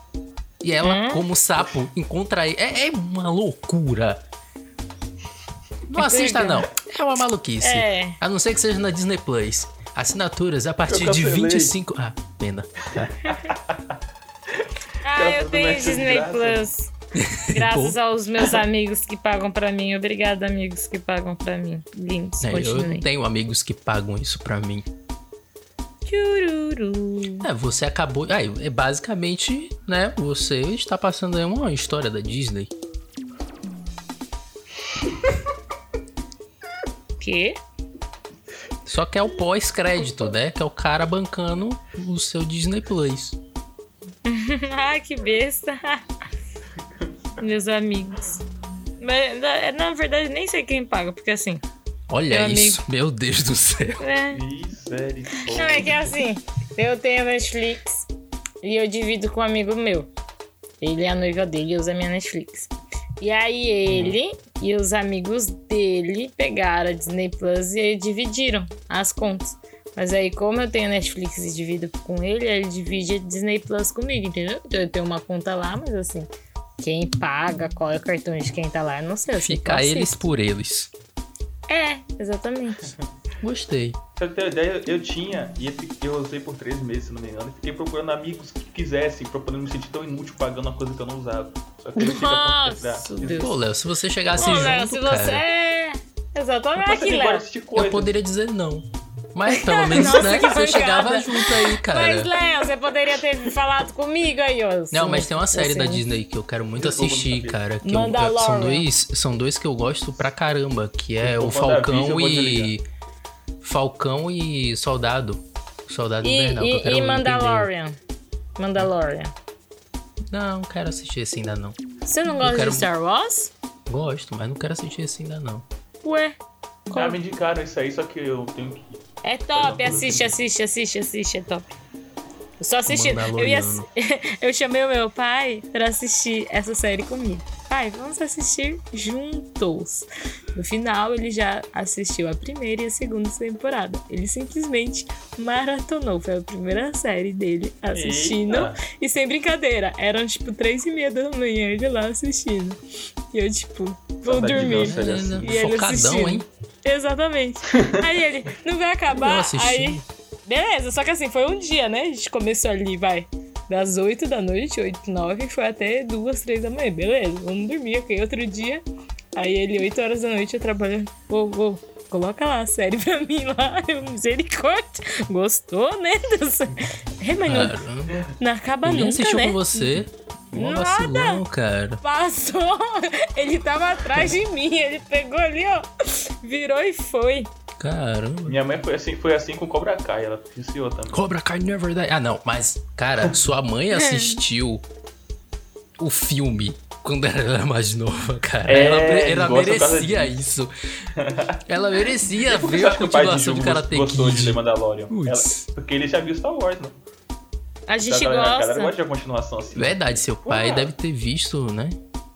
A: E ela,
C: Hum?
A: como sapo, encontra ele. É, é uma loucura. Não
C: É
A: assista, não.
C: legal.
A: É uma maluquice.
C: É.
A: A não ser que seja na Disney Plus. Assinaturas a partir de
B: cancelei.
A: 25. Ah, pena. Tá.
C: Ah,
B: Cara,
C: eu
B: tudo
C: tenho
B: vai ser de
C: Disney
B: graça.
C: Plus. Graças aos
A: (laughs)
C: meus amigos que pagam pra mim. Obrigada, amigos que pagam pra mim. Lindos,
A: É, eu não
C: continuem.
A: tenho amigos que pagam isso pra mim.
C: Tchururu.
A: É, você acabou. Aí, é basicamente, né? Você está passando aí uma história da Disney.
C: Quê? (laughs)
A: Só que é o pós-crédito, né? Que é o cara bancando o seu Disney Plus.
C: Ai, Ah, que besta. Meus amigos. Mas, na, na verdade, nem sei quem paga, porque assim.
A: Olha
C: Meu
A: isso, meu Deus do céu.
C: É.
B: Misericórdia.
C: Não, é que é assim. Eu tenho a Netflix e eu divido com um amigo meu. Ele é a noiva dele e usa a minha Netflix. E aí ele e os amigos dele pegaram a Disney Plus e aí dividiram as contas. Mas aí, como eu tenho Netflix e divido com ele, ele divide a Disney Plus comigo, entendeu? Então eu tenho uma conta lá, mas assim, quem paga, qual é o cartão de quem tá lá, eu não sei. Eu sei que eu
A: Fica
C: aceito.
A: eles Assim, por eles.
C: É, exatamente.
A: Gostei.
B: Pra você ter uma ideia, eu tinha, e eu fiquei- eu usei por três meses, se não me engano, e fiquei procurando amigos que quisessem, pra eu poder me sentir tão inútil pagando uma coisa que eu não usava. Só que eu não tinha pra comprar.
C: Nossa, Deus.
A: Pô, Léo, se você chegasse
C: Ô,
A: junto,
C: Léo, se
A: cara,
C: você. É, Exatamente,
B: Mas você
C: Léo.
B: pode assistir
A: eu
B: coisa.
A: poderia dizer não. Mas
C: (laughs)
A: pelo menos,
C: Nossa,
A: né?
C: que
A: Você
C: pancada.
A: chegava junto aí,
C: Mas,
A: cara.
C: Léo, você poderia ter falado comigo aí, ó.
A: Não, mas tem uma série
C: Assim,
A: da Disney que eu quero muito
B: Eu vou
A: assistir,
B: saber.
A: cara. Que eu-
C: Mandalorian.
A: são, dois, são dois que eu gosto pra caramba, que é
B: Eu
A: o
B: vou mandar
A: Falcão
B: vídeo, eu vou
A: e. Falcão e Soldado. Soldado
C: E,
A: Invernal. que né, eu
C: e,
A: quero
C: e
A: muito
C: Mandalorian. Mandalorian.
A: entender. Não, quero assistir esse ainda não.
C: Você não gosta
A: quero-
C: de Star Wars?
A: Gosto, mas não quero assistir esse ainda não.
C: Ué.
B: Já Ah, me indicaram isso aí, só que eu tenho que.
C: É top, assiste, assiste, assiste, assiste, é top. Eu só assisti. Eu, ia, (laughs) eu chamei o meu pai pra assistir essa série comigo. Pai, vamos assistir juntos. No final, ele já assistiu a primeira e a segunda temporada. Ele simplesmente maratonou. Foi a primeira série dele assistindo.
B: Eita.
C: E sem brincadeira, eram tipo três e meia da manhã ele lá assistindo. E eu, tipo, vou
B: Saudade de ver uma
C: dormir.
B: série assim.
C: E ele
A: Focadão,
C: assistindo.
A: hein?
C: Exatamente. Aí ele, não vai
A: Eu
C: acabar.
A: assisti.
C: Aí. Beleza, só que assim, foi um dia, né? A gente começou ali, vai. Das 8 da noite, 8, 9, foi até 2, 3 da manhã. Beleza, vamos dormir, ok? Outro dia. Aí ele, 8 horas da noite, eu trabalho. Vou, vou. Coloca lá a série pra (laughs) mim lá. Eu, misericórdia. Gostou, né? (laughs) dessa- É, mas não,
A: Caramba.
C: não acaba
A: Ah, Ninguém
C: nunca,
A: assistiu
C: né?
A: com você. Mó
C: Nada.
A: vacilão, cara.
C: Passou, (laughs) ele tava atrás de mim. Ele pegou ali, ó. Virou e foi.
A: Caramba.
B: Minha mãe foi assim, foi assim com Cobra Kai, ela viciou também.
A: Cobra Kai não é verdade. Ah, não, mas, cara, sua
C: (laughs) É.
A: mãe assistiu o filme quando ela era mais nova, cara.
B: É,
A: ela pre- ela
B: gosta por causa
A: merecia isso.
B: (laughs)
A: Ela merecia
B: Por que
A: ver
B: você
A: a
B: acha que o pai de
A: continuação
B: Ju
A: do Karate
B: gostou de The
A: Kid.
B: Mandalorian?
A: Putz.
B: Ela- porque ele já viu Star Wars, né?
A: Tá
C: A gente
B: a galera, a galera
C: gosta.
B: gosta de uma continuação assim.
A: Verdade, seu pai
B: Porra.
A: deve ter visto, né?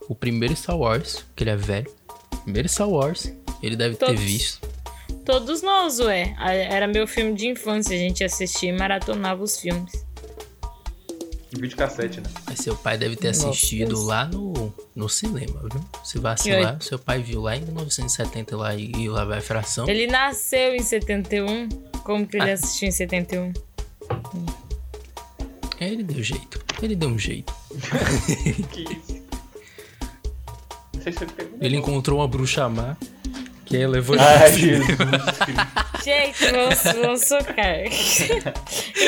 A: O primeiro Star Wars, que ele é velho. Primeiro Star Wars, ele deve ter
C: Todos.
A: visto.
C: Todos nós, ué. A- Era meu filme de infância, a gente assistia e maratonava os filmes.
B: Em vídeo cassete,
A: (laughs)
B: né?
A: Mas seu pai deve ter
C: Nossa,
A: assistido
C: Deus.
A: lá no, no cinema, viu? Se
C: E
A: vacilar, seu pai viu lá em 1970 lá e, e lá vai a fração.
C: Ele nasceu em 71. Como que ele
A: Ah.
C: assistiu em 71?
A: É, Ele deu jeito. Ele deu um jeito.
B: Que isso? Não sei se você pegou.
A: Ele encontrou uma bruxa má, que aí levou
B: Ai,
A: (laughs)
B: Jesus Cristo.
C: Gente, vamos, vamos socar. (laughs)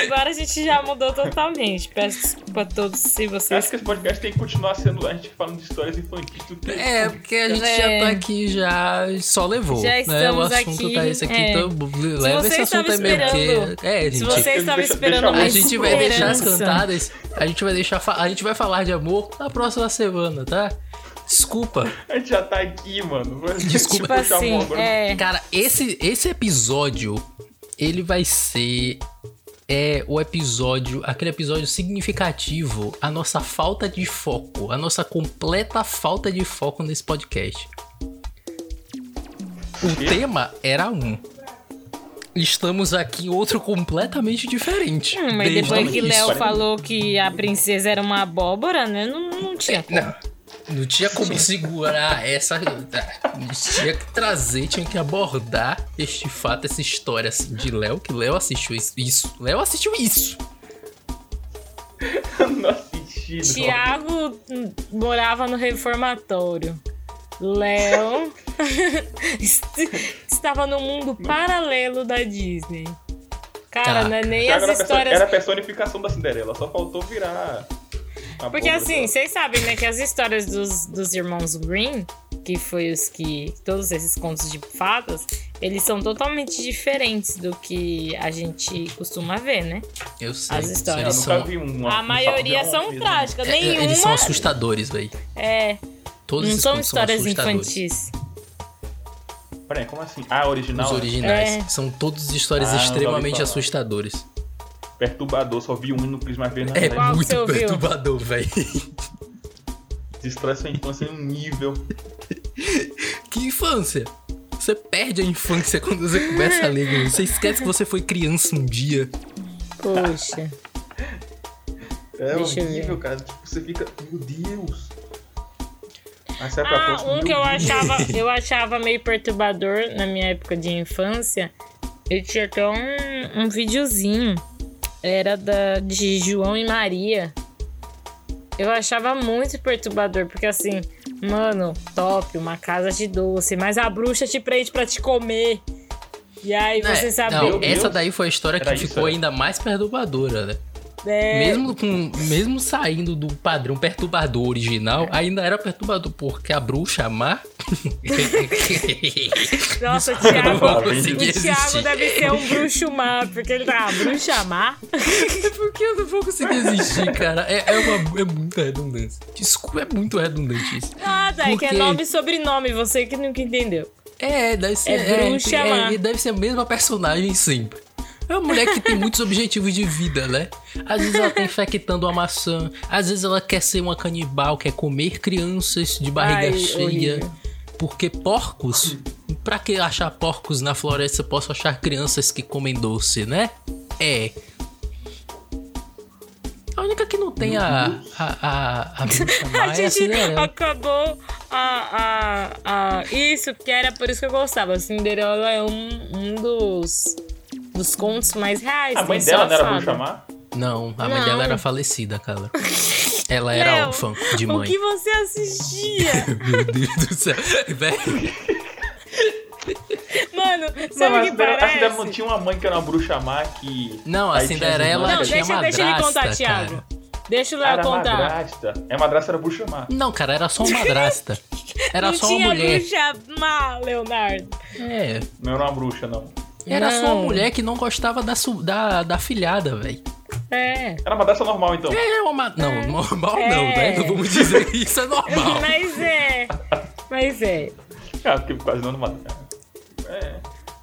C: Embora a gente já mudou totalmente. Peço desculpa a todos se
B: Eu
C: vocês.
B: acho que esse podcast tem que continuar sendo a gente falando de histórias infantis do que.
A: É, porque a gente
C: É.
A: já tá aqui já e só levou.
C: Já
A: né? O
C: estamos
A: assunto
C: aqui,
A: tá esse aqui,
C: é.
A: então leva
C: você
A: esse assunto aí
C: estava
A: mesmo.
C: esperando-
A: Porque... É, gente.
C: Se você
B: eu
C: estava
B: deixa-
C: esperando
B: deixa-
C: uma
A: A gente vai deixar as
C: esperança.
A: cantadas. A gente vai deixar. fa- A gente vai falar de amor na próxima semana, tá? Desculpa.
B: A gente já tá aqui, mano.
A: Desculpa.
C: Tipo assim,
B: (laughs)
C: é.
A: Cara, esse, esse episódio, ele vai ser é o episódio, aquele episódio significativo, a nossa falta de foco, a nossa completa falta de foco nesse podcast. O
B: quê?
A: tema era um. Estamos aqui em outro completamente diferente.
C: Hum, Mas
A: desde
C: depois
A: o
C: que
A: início.
C: Léo
B: parece-
C: falou que a princesa era uma abóbora, né? Não, não tinha.
A: Não. Não tinha como segurar essa. tá. Tinha que trazer, tinha que abordar este fato, essa história assim, de Léo, que Léo assistiu isso- isso. Léo assistiu isso.
B: Nossa, sentido.
C: Tiago morava no reformatório. Léo (laughs) est- estava no mundo paralelo da Disney. Cara,
A: Tá.
C: não é nem
B: Thiago era,
C: as
B: a pessoa- era
C: histórias.
B: a personificação da Cinderela, só faltou virar. a
C: Porque
B: boba
C: assim,
B: dela.
C: vocês sabem, né, que as histórias dos, dos irmãos Green, que foi os que. Todos esses contos de fadas, eles são totalmente diferentes do que a gente costuma ver, né?
A: Eu sei.
C: As
A: isso,
C: histórias.
B: Eu
A: Eles
B: nunca
A: são,
B: vi uma.
C: A
B: um
C: maioria
B: salve,
C: são
B: um
C: trágicas.
A: é, é, eles são
C: Nenhuma.
A: assustadores, velho.
C: É,
A: Todos
C: não
A: esses
C: são
A: contos
C: histórias
A: assustadores.
C: infantis.
B: Peraí, como assim? Ah, original.
A: Os
B: né?
A: originais.
C: É.
A: São todas histórias
B: Ah, eu já ouvi
A: extremamente
B: falar.
A: assustadores.
B: Perturbador, só vi um no Prisma Verde na
A: É
B: frente.
C: Qual que você
A: muito
C: ouviu?
A: perturbador, velho.
B: Destrói sua infância em um nível.
A: (laughs) Que infância? Você perde a infância quando você começa a ler. Guri. Você esquece que você foi criança um dia. (laughs)
C: Poxa.
B: É
C: Deixa eu
B: horrível,
C: ver.
B: cara. Tipo, você fica. Meu Deus! Aí
A: É
B: sai pra
C: Ah,
B: próxima,
C: um
B: meu
C: que eu
B: Deus.
C: achava,
A: (laughs)
C: eu achava meio perturbador na minha época de infância. Eu tinha até um, um videozinho. Era da, de João e Maria. Eu achava muito perturbador, porque assim, mano, top, uma casa de doce, mas a bruxa te prende pra te comer. E aí você
A: É,
C: sabe.
A: não,
B: Meu
A: essa
B: Deus.
A: daí foi a história que
B: Era isso, é.
A: ficou
B: era?
A: ainda mais perturbadora, né?
C: é,
A: Mesmo, com, mesmo saindo do padrão perturbador original, ainda era perturbador, porque a bruxa
B: (laughs)
A: má.
B: Tá
C: Nossa,
A: não
C: Thiago.
A: vou
B: Thiago,
A: conseguir
C: O Thiago
A: existir.
C: deve ser um bruxo má, porque ele tá, ah, bruxa má?
A: Porque eu não vou conseguir existir, cara. É, é, uma, é muita redundância. Desculpa, é muito redundante isso.
C: Nada, é
A: Por
C: que é
A: quê?
C: nome e sobrenome, você que nunca entendeu.
A: É, deve ser.
C: É bruxa má.
A: e deve ser a mesma personagem sempre. É uma mulher que tem muitos objetivos de vida, né? Às vezes ela tá infectando uma maçã, às vezes ela quer ser uma canibal, quer comer crianças de barriga
C: Ai,
A: cheia.
C: horrível.
A: Porque porcos, pra que achar porcos na floresta, eu posso achar crianças que comem doce, né? É. A única que não tem a. a. a. a. bruxa
C: (laughs) A
A: Maia é a
C: gente
A: Cinderela.
C: acabou a, a, a- Isso, porque era por isso que eu gostava. Cinderela é um, um dos, dos contos mais reais.
B: A
C: tem
B: mãe
C: só
B: dela não era
C: fada.
B: bruxa má?
A: Não, a mãe
C: Não.
A: dela era falecida, cara. Ela era
C: Léo,
A: órfã de
C: O
A: mãe.
C: que você
A: (laughs)
C: assistia?
A: Meu Deus do céu. Velho,
C: Mano,
B: Não,
C: sabe
B: mas
C: o
B: a Cinderela, a
C: que
B: Cinderela não
C: parece?
B: tinha uma mãe que era uma bruxa má que.
A: Não, a
B: Aí tinha as
A: Cinderela
B: irmãs.
C: Não,
A: tinha
C: deixa, deixa ele
A: madrasta,
C: contar,
A: cara.
C: Thiago. Deixa o Léo
B: Era
C: contar.
B: madrasta. É madrasta era bruxa má.
A: Não, cara, era só uma madrasta. Era
C: não
A: só
C: tinha
A: uma mulher.
C: bruxa má, Leonardo.
A: É.
B: Não era uma bruxa, não.
A: Era só
C: Não.
A: uma mulher que não gostava da, su- da, da filhada, velho.
C: É.
B: Era madrasta normal, então.
A: É uma. Não, normal não,
C: É.
A: né? Não vamos dizer que isso é normal.
C: (laughs) Mas é. Mas é.
B: Ah, porque quase não era madrasta. É.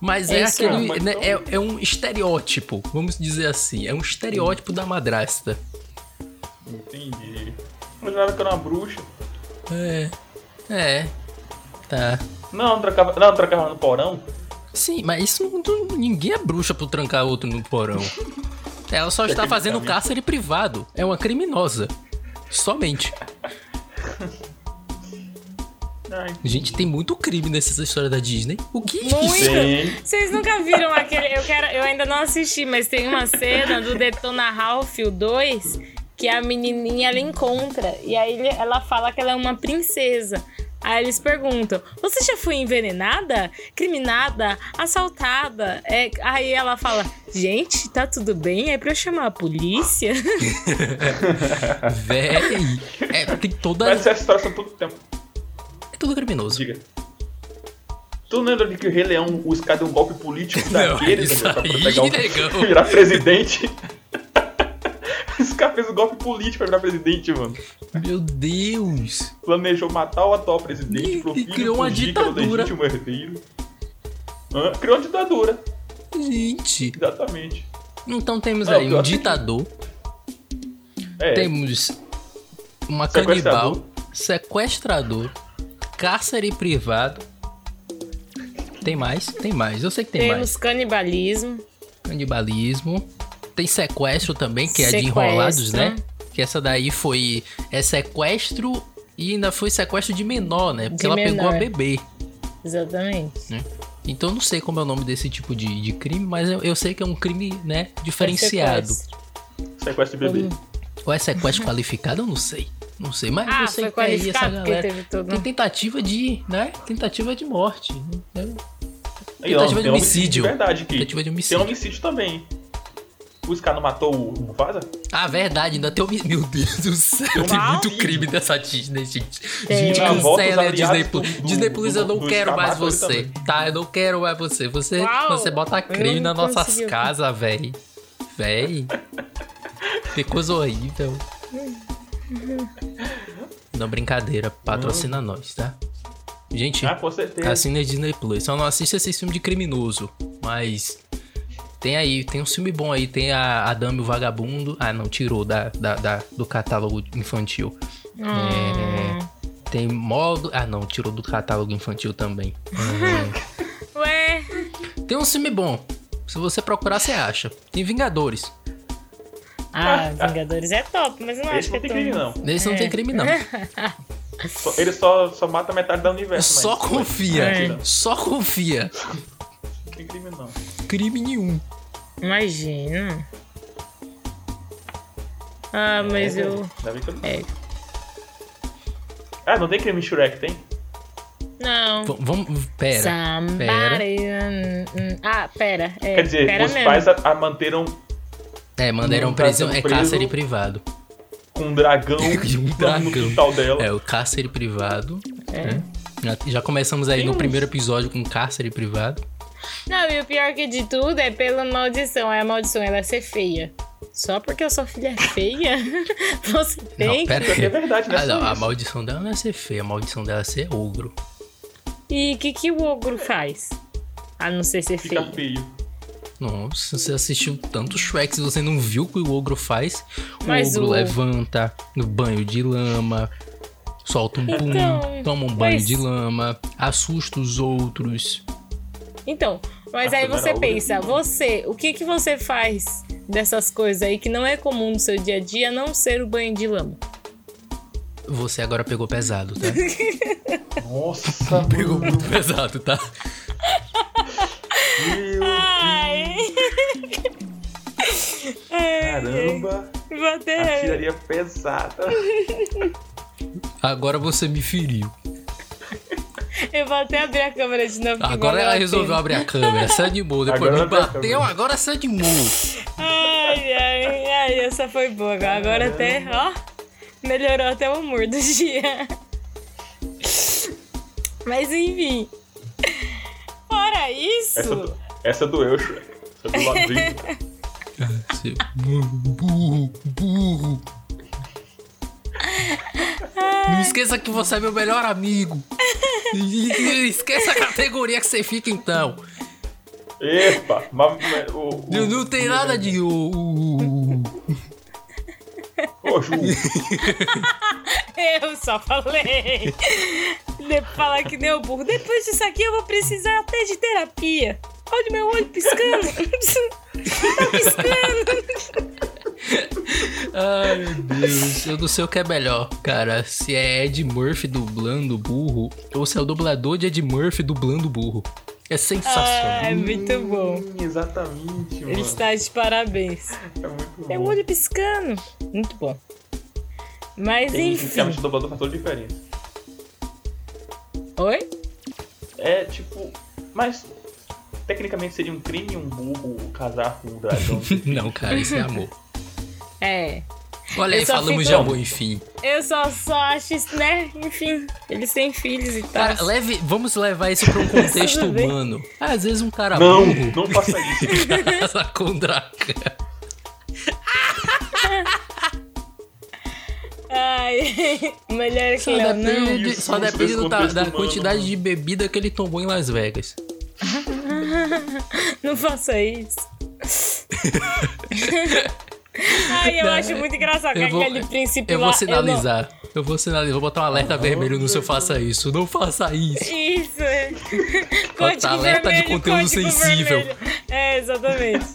A: Mas é,
C: É isso,
A: aquele.
B: mas
A: né,
B: então-
A: é, é um estereótipo, vamos dizer assim. É um estereótipo da madrasta.
B: Entendi. Mas não era que era uma bruxa.
A: É. É. Tá.
B: Não, não trancava, não, não trancava no porão.
A: Sim, mas isso não- não- ninguém é bruxa por trancar outro no porão. Ela
B: É
A: só está fazendo
B: Tecnicamente.
A: cárcere privado. É uma criminosa. Somente.
B: Ai,
A: Gente, tem muito crime nessa história da Disney. O que é
C: Muito.
A: isso?
B: Sim.
C: Vocês nunca viram aquele. Eu, quero, eu ainda não assisti, mas tem uma cena do Detona Ralph, o 2, que a menininha ela encontra. E aí ele- ela fala que ela é uma princesa. Aí eles perguntam: Você já foi envenenada? Criminada? Assaltada? É, aí ela fala: Gente, tá tudo bem? É pra eu chamar a polícia?
A: Véi. É, tem toda.
B: Mas essas histórias são tudo tempo.
A: É tudo criminoso.
B: Diga. Tu lembra de que o Rei Leão, os caras deu um golpe político daquele,
A: isso
B: Daniel, pra
A: aí,
B: pegar o-
A: negão.
B: (laughs) virar presidente? Esse cara fez um golpe político pra virar presidente, mano.
A: Meu Deus.
B: Planejou matar o atual presidente
A: E-
B: pro
A: e
B: filho
A: criou uma
B: fugir, que era o
A: ditadura.
B: legítimo herdeiro. Hã? Criou uma ditadura,
A: Gente.
B: exatamente.
A: Então temos
B: Não,
A: aí
B: pior
A: um
B: que-
A: ditador.
B: É,
A: Temos uma
B: Sequestrador.
A: canibal, sequestrador, cárcere privado. Tem mais? Tem mais. Eu sei que tem mais.
C: Temos canibalismo.
A: Canibalismo. Tem sequestro também, que é de
C: Sequestro.
A: enrolados, né? Que essa daí foi. É sequestro e ainda foi sequestro de menor, né? Porque
C: De
A: ela pegou a
C: menor.
A: bebê.
C: Exatamente.
A: Então eu não sei como é o nome desse tipo de, de crime, mas eu, eu sei que é um crime, né? Diferenciado.
C: Sequestro.
B: sequestro de bebê.
A: Ou é sequestro qualificado? Eu não sei. Não sei, mas
C: Ah,
A: eu sei
C: foi
A: que tá aí essa
C: qualificado porque
A: galera.
C: teve tudo.
A: Tem tentativa de, né? Tentativa de morte. né?
B: Aí, ó,
A: Tentativa de
B: tem
A: homicídio.
B: De verdade, que
A: Tentativa de
B: tem um
A: homicídio.
B: homicídio também. Os caras não matou o Mufasa?
A: Ah, verdade, ainda tem homicídio. Meu Deus do céu, tem
B: Uau.
A: muito crime dessa Disney, gente.
C: Tem.
A: Gente,
C: Na
B: É. volta, os
A: cancela a
B: aliados
A: Disney
B: do-
A: Plus.
B: do-
A: Disney Plus,
B: do-
A: eu não
B: do
A: quero mais
B: Escamato, ele
A: você.
B: também.
A: Tá, eu não quero mais você. Você,
C: Uau,
A: você bota crime
C: eu
A: nas
C: não
A: nossas
C: consegui.
A: casas, véi. Véi. Que coisa horrível. Não, brincadeira. Patrocina nós, tá? Gente,
B: Ah, com certeza.
A: Assina a Disney Plus. Só não assista esse filme de criminoso. Mas. Tem aí, tem um filme bom aí. Tem a a Dama e o Vagabundo. Ah, não, tirou da, da- da- do catálogo infantil. É,
C: Hum.
A: Tem modo. Ah, não, tirou do catálogo infantil também. É,
C: Ué.
A: Tem um filme bom. Se você procurar, você acha. Tem Vingadores.
C: Ah, Vingadores é top, mas eu não
B: Esse
C: acho que
B: não
C: é
B: tem
C: tão...
B: crime, não.
A: Nesse não tem crime, não.
B: Só- Ele só, só mata metade do universo.
A: Só
B: mas-
A: confia.
B: É.
A: Só confia.
B: Não tem crime, não.
A: Crime nenhum.
C: Imagina. Ah, mas
B: É,
C: eu.
B: ainda bem que eu não-
C: É.
B: Ah, não tem crime em Shrek, tem?
C: Não.
A: V- vamos. Pera.
C: Somebody. hum, hum. Ah, pera. É,
B: Quer dizer,
C: pera
B: os
C: mesmo.
B: pais a, a manteram
A: É, mandaram
B: Não tá
A: preso.
B: sendo
A: É
B: preso.
A: cárcere privado.
B: com
A: (laughs)
B: um dragão,
A: E um
B: no-
A: dragão.
B: no quintal dela.
A: É, o cárcere privado. né?
C: É.
A: Já, já começamos aí
B: Tem
A: no
B: uns-
A: primeiro episódio com cárcere privado.
C: Não, e o pior que de tudo é pela maldição. É a maldição, ela é ser feia. Só porque a sua filha é feia, (laughs) você tem.
A: Não, pera
B: Isso aqui é
A: aí.
B: verdade, né?
A: Ah, não,
B: Só
A: a
B: isso.
A: maldição dela não é ser feia, a maldição dela é ser ogro.
C: E o que, que o ogro faz? A não ser ser
B: Fica
C: feio.
B: feio.
A: Nossa, você assistiu tanto Shrek, se você não viu o que o ogro faz, o
C: Mas
A: ogro
C: o-
A: levanta no banho de lama, solta um pum,
C: Então,
A: toma um banho
C: mas-
A: de lama, assusta os outros.
C: Então, mas
B: Ah,
C: aí
B: não era
C: você
B: ouro.
A: né?
C: pensa, você, o que que você faz dessas coisas aí que não é comum no seu dia a dia, a não ser o banho de lama?
A: Você agora pegou
C: (laughs)
A: pesado, tá?
B: Nossa,
A: Pegou
B: mano.
A: muito pesado, tá?
B: Meu
C: Ai.
B: caramba.
C: Vou
A: é-
C: até.
B: Artilharia pesada.
C: É.
A: Agora você me feriu.
C: Eu vou até abrir a câmera de novo. que
A: Agora
C: valeu a
A: ela
C: pena.
A: resolveu abrir a câmera, Sandy Moore. Depois
B: Agora
A: me
B: ela abriu a
A: bateu,
B: câmera.
A: agora Sandy Moore.
C: Ai, ai, ai, essa foi boa. Agora até, ó, melhorou até o humor do dia. Mas enfim. Fora isso.
B: Essa, do- essa doeu, Shrek. Essa do ladrinho.
A: Seu Burro, burro. Não esqueça que você é meu melhor amigo. E- e- e Esqueça a categoria que você fica então.
B: Epa! Mas, mas, o,
A: Não,
B: o,
A: não tem nada de. o- o- o-
C: tá-
B: Ô, Ju,
C: Eu só falei. De falar que deu burro. Depois disso aqui eu vou precisar até de terapia. Olha o meu olho piscando. (laughs) tá piscando.
A: Ai meu Deus, eu não sei o que é melhor, cara. Se é Ed Murphy dublando o burro ou se é o dublador de Ed Murphy dublando o burro. É sensacional.
C: Ai, (laughs) muito bom.
B: hum, Exatamente,
C: Ele
B: mano.
C: está de parabéns.
B: É muito
C: Tem
B: bom.
C: um olho piscando. Muito bom. Mas
B: Tem
C: enfim.
B: realmente o dublador faz toda a diferença.
C: Oi?
B: É tipo. Mas tecnicamente seria um crime um burro casar com um
C: (laughs)
B: dragão.
A: Não, cara, isso é amor.
C: É.
A: Olha
C: Eu
A: aí,
C: só
A: falamos
C: fico-
A: de amor, enfim.
C: Eu só, só acho isso, né? Enfim, eles têm filhos e tal.
A: Cara, Tá, leve, vamos levar isso
C: (laughs)
A: pra um contexto
C: Tudo bem.
A: humano. Às vezes um cara
B: não, (laughs)
C: Tá
A: burro
B: não faça
C: (laughs)
B: isso.
A: casa com um dragão.
C: Ai, (laughs) melhor que
A: Só
C: não, não.
A: depende,
B: Isso,
A: só
B: isso
A: depende
B: desse
A: do ta-
B: contexto
A: da
B: humano, né?
A: quantidade
B: mano.
A: de bebida que ele tomou em Las Vegas.
C: Não faça
A: (laughs)
C: isso. Ai, eu
A: Não,
C: acho muito engraçado é
A: eu
C: que
A: vou-
C: aquele príncipe
A: Eu
C: lá.
A: vou
C: não-
A: sinalizar. Eu, vou sinalizar. Eu vou botar um
B: Ah,
A: alerta vermelho no seu faça isso. Não faça isso.
C: Isso.
A: (laughs) Bota alerta de conteúdo
C: código
A: sensível.
C: vermelho. É, exatamente.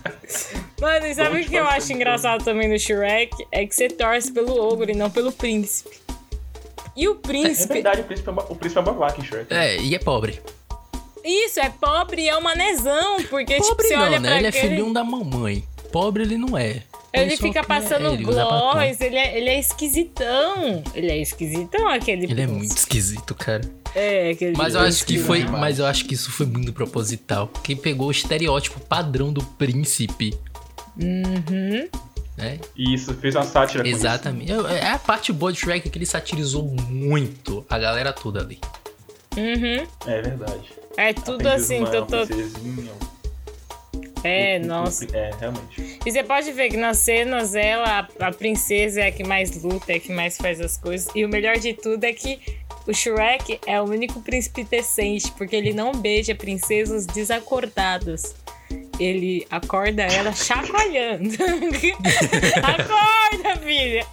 C: Mano, e sabe
B: Don't
C: o que eu
B: touch
C: acho
B: them.
C: engraçado também no Shrek? É que você torce pelo ogro e não pelo príncipe. E o
B: É
C: príncipe.
B: verdade, o príncipe é, ba- o príncipe é babaca em Shrek.
A: É, e é pobre.
C: Isso, é pobre e é um manezão. Porque, tipo,
A: Pobre
C: você
A: não,
C: olha pra
A: né? Ele é
C: aquele-
A: filhão da mamãe. Pobre ele não é.
C: Ele
A: só
C: fica
A: que é,
C: passando
A: ele usa batom.
C: gloss, ele é, ele é esquisitão. Ele é esquisitão, aquele
A: Ele é
C: príncipe.
A: muito esquisito, cara.
C: É, aquele
A: Mas eu acho que
C: príncipe.
A: foi,
B: é demais.
A: mas eu acho que isso foi muito proposital. Que pegou o estereótipo padrão do príncipe,
C: Uhum.
A: né?
B: E isso é fez uma sátira com
A: Exatamente. Eu- É a parte boa de Shrek que ele satirizou muito a galera toda ali.
C: Uhum.
B: isso. É verdade.
C: É tudo
B: A princesa
C: assim,
B: uma-
C: tô,
B: uma princesinha,
C: É,
B: o- o- o-
C: nossa.
B: É, realmente.
C: E você pode ver que nas cenas ela, a, a princesa é a que mais luta, é a que mais faz as coisas. E o melhor de tudo é que o Shrek é o único príncipe decente, porque ele não beija princesas desacordadas. Ele acorda ela chacoalhando. (laughs) Acorda, filha!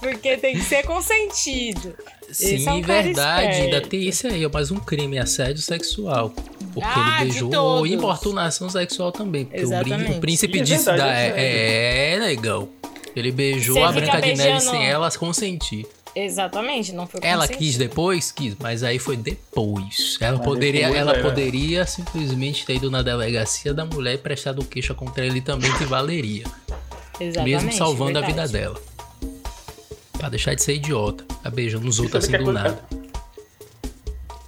C: Porque tem que ser consentido. Esse
A: Sim,
C: é um cara
A: verdade.
C: esperto.
A: Ainda tem isso aí, mais um crime, assédio sexual. Porque
C: Ah,
A: ele
C: de
A: beijou
C: todos.
A: importunação sexual também. Porque o, brin-
C: Exatamente.
A: o príncipe
B: Ih, é
A: disse:
B: verdade,
A: da,
B: é
A: é, é, legal. Ele beijou
C: Você
A: a
C: fica
A: Branca de Neve
C: beijando-
A: sem ela consentir.
C: Exatamente, não foi
A: Ela
C: consentido.
A: quis depois? Quis, mas aí foi depois. Ela
B: Mas
A: poderia,
B: depois
A: ela
B: era-
A: poderia simplesmente ter ido na delegacia da mulher e prestado queixa contra ele também que valeria.
C: Exatamente,
A: mesmo salvando
C: verdade.
A: a vida dela. Pra deixar de ser idiota. Tá beijando os
B: E
A: outros assim
B: sabe que
A: do
B: é coisa-
A: nada.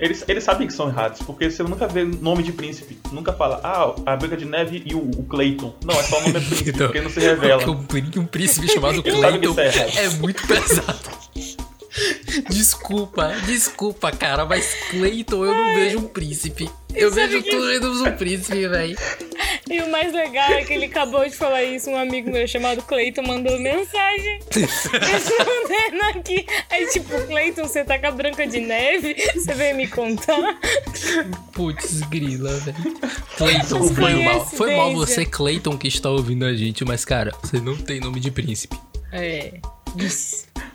B: Eles, eles sabem que são errados, porque você nunca vê nome de príncipe. Nunca fala, ah, a Branca de Neve e o, o Clayton. Não, é só
A: (laughs)
B: o nome é príncipe,
A: Então,
B: porque não se revela.
A: Porque um, prín- um príncipe chamado
B: Ele sabe que
A: Clayton
B: isso é errado.
A: é muito pesado. Desculpa, desculpa, cara, mas Clayton eu não vejo um príncipe. Eu
C: é
A: vejo tudo e do príncipe,
C: (laughs)
A: velho.
C: E o mais legal é que ele acabou de falar isso. Um amigo meu chamado Cleiton mandou mensagem respondendo aqui. Aí, tipo, Cleiton, você tá com a Branca de Neve? Você veio me contar?
A: Putz, grila,
B: (laughs)
A: velho. Clayton, foi mal. Foi mal você, Clayton, que está ouvindo a gente, mas, cara, você não tem nome de príncipe.
C: É.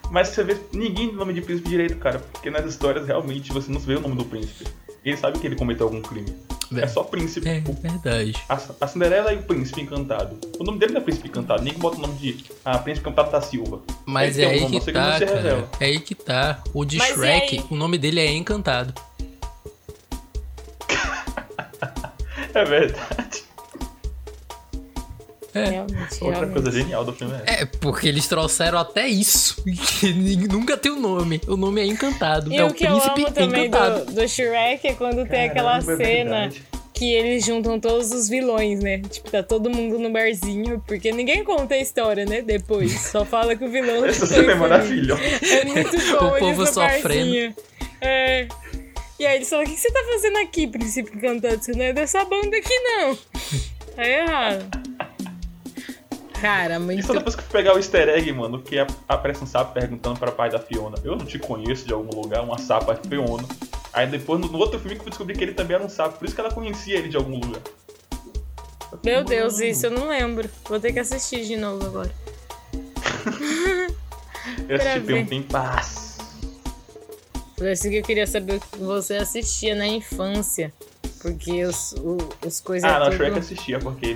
B: Mas você vê, ninguém tem nome de príncipe direito, cara. Porque nas histórias, realmente, você não vê o nome do príncipe. Ele sabe que ele cometeu algum crime.
A: Vé.
B: É só príncipe.
A: É
B: O-
A: verdade.
B: A, a Cinderela e o Príncipe Encantado. O nome dele não é Príncipe Encantado, ninguém bota o nome de ah, Príncipe Encantado da Silva.
A: Mas
B: Ele
A: é
B: tem
A: aí
B: um nome,
A: que
B: você não
A: tá,
B: se
A: cara.
B: revela.
A: É aí que tá. O de
C: Mas e
A: Shrek,
C: aí?
A: o nome dele é Encantado.
B: (laughs) É verdade.
C: Realmente,
B: Outra
C: realmente.
B: coisa genial do filme é essa.
A: É, porque eles trouxeram até isso. (laughs) Que ninguém- nunca tem o nome. O nome é Encantado.
C: E
A: é
C: o
A: o
C: que eu
A: príncipe
C: amo também do,
A: encantado.
C: do Shrek é quando tem aquela
B: Então, Caramba, é
C: cena
B: verdade.
C: que eles juntam todos os vilões, né? Tipo, tá todo mundo no barzinho, porque ninguém conta a história, né? Depois, só fala que o vilão.
B: Essa
C: foi
B: cena é
C: feliz.
B: maravilhosa.
C: É muito
A: (laughs)
C: bom,
A: O
C: eles
A: povo
C: no
A: sofrendo.
C: barzinho. É. E aí eles falam: o que que você tá fazendo aqui, Príncipe Encantado? Você não é dessa banda aqui, não. Tá errado. Cara,
B: E só
C: muito
B: depois que eu fui pegar o easter egg, mano, que a- aparece um sapo perguntando pra pai da Fiona, eu não te conheço de algum lugar, uma sapa Fiona. Aí depois, no, no outro filme, que eu descobri que ele também era um sapo, por isso que ela conhecia ele de algum lugar.
C: Meu Deus, isso eu não lembro. Vou ter que assistir de novo agora.
B: Eu assisti tem
C: pra
B: um
C: ver.
B: tempo. paz.
C: Por isso que eu queria saber o que você assistia na infância. Porque os, o- os coisas.
B: Ah, não,
C: é tudo...
B: Shrek eu assistia, porque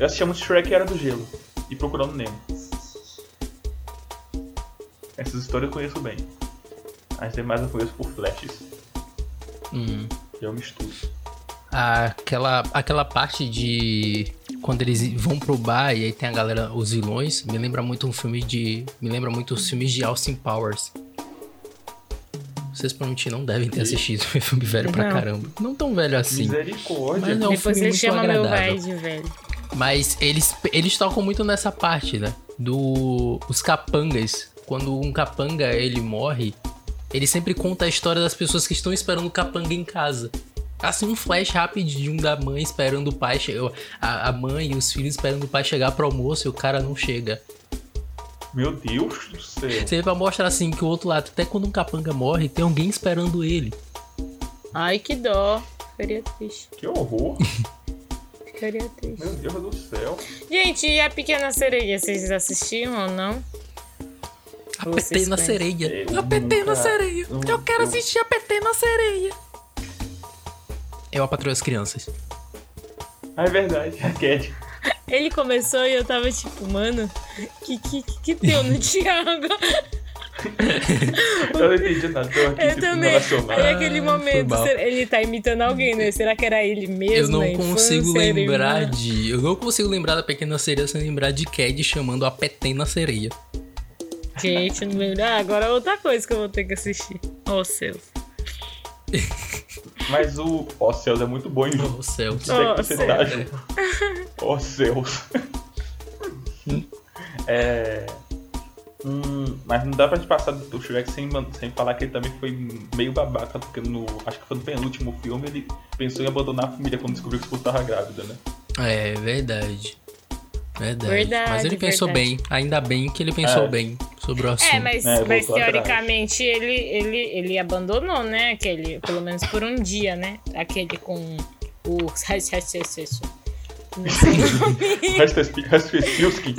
B: eu assistia muito Shrek e Era do Gelo, e Procurando Nemo. Essas histórias eu conheço bem. As demais eu conheço por flashes.
A: Hum.
B: Eu misturo.
A: aquela, aquela parte de quando eles vão pro bar e aí tem a galera, os vilões, me lembra muito um filme de. Me lembra muito os filmes de Austin Powers. Vocês provavelmente não devem ter assistido (laughs) é um filme velho pra
C: Não.
A: caramba. Não tão velho assim.
B: Misericórdia.
A: Mas não. é um
C: Depois
A: filme
C: você
A: muito
C: chama
A: agradável.
C: meu vibe, velho.
A: Mas eles, eles tocam muito nessa parte, né? Do. Os capangas. Quando um capanga ele morre, ele sempre conta a história das pessoas que estão esperando o capanga em casa. Assim, um flash rapidinho da mãe esperando o pai chegar. A, a mãe e os filhos esperando o pai chegar pro almoço e o cara não chega.
B: Meu Deus do céu.
A: Sempre pra mostrar assim que o outro lado, até quando um capanga morre, tem alguém esperando ele.
C: Ai, que dó. Ficaria triste.
B: Que horror.
C: Ficaria triste.
B: Meu Deus do céu.
C: Gente, e a Pequena Sereia? Vocês assistiam ou não?
A: A
C: Vocês
A: PT na
C: conhecem?
A: sereia.
B: Eu
A: a PT
B: nunca-
A: na sereia.
B: eu-
A: Eu quero
B: eu-
A: assistir a PT na sereia. Eu apatrulho as crianças.
B: Ah, é verdade. A Cat.
C: Ele começou e eu tava tipo, mano, que que, que, que deu no (laughs) Thiago?
B: Eu não entendi nada. Tô aqui
C: Eu
B: tipo,
C: também. É. Aí
B: relacionado.
A: Ai,
C: aquele
A: Ah, foi
C: momento,
A: mal.
C: será- ele tá imitando alguém, né? Será que era ele mesmo?
A: Eu
C: na
A: não
C: infância,
A: consigo
C: era
A: lembrar
C: irmã?
A: de. Eu não consigo lembrar da Pequena Sereia sem lembrar de Cad chamando a Petena Sereia.
C: Gente, eu não lembro. Ah, agora é outra coisa que eu vou ter que assistir. Ô, seu.
B: Mas o. Ó céus é muito bom, hein, Ju?
A: Oh, céu.
B: Onde é que
C: Ó,
B: você
C: céus.
B: tá, Ju? Ó céus. É. Hum, mas não dá pra te passar do Shrek sem, man- sem falar que ele também foi meio babaca, porque no, acho que foi no penúltimo filme ele pensou em abandonar a família quando descobriu que a esposa tava grávida, né?
A: É verdade. Verdade.
C: Verdade,
A: Mas ele pensou
C: verdade.
A: bem. Ainda bem que ele pensou
B: É.
A: bem sobre o assunto.
C: É, mas,
B: É,
C: mas
B: voltou atrás.
C: teoricamente ele, ele, ele abandonou, né? Aquele, pelo menos por um dia, né? Aquele com
A: (laughs)
C: o. Não sei o nome. (laughs)
B: Raspestilski.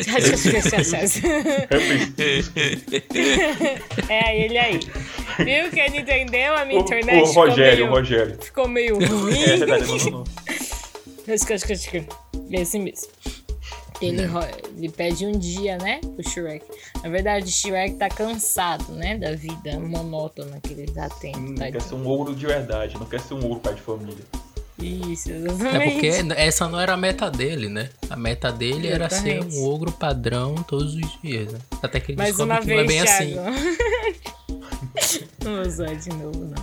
C: é ele aí. Viu? Quem não entendeu? A minha internet
B: O o
C: ficou
B: Rogério, o
C: meio,
B: Rogério.
C: ficou meio
B: (laughs) É verdade,
C: ruim.
B: não, não, não.
C: É assim mesmo. Ele, ro- ele pede um dia, né? Pro Shrek. Na verdade, o Shrek tá cansado, né? Da vida monótona que ele tá tendo.
B: Hum,
C: tá?
B: quer ser um ouro de verdade, não quer ser um ouro pai de família.
C: Isso,
A: É
C: exatamente.
A: porque essa não era a meta dele, né? A meta dele era ser
C: Exatamente.
A: um ogro padrão todos os dias, né? Até que ele
C: Mais
A: descobre
C: uma
A: que não é
C: vez,
A: bem assim.
C: Thiago. (laughs) não vou usar de novo, não.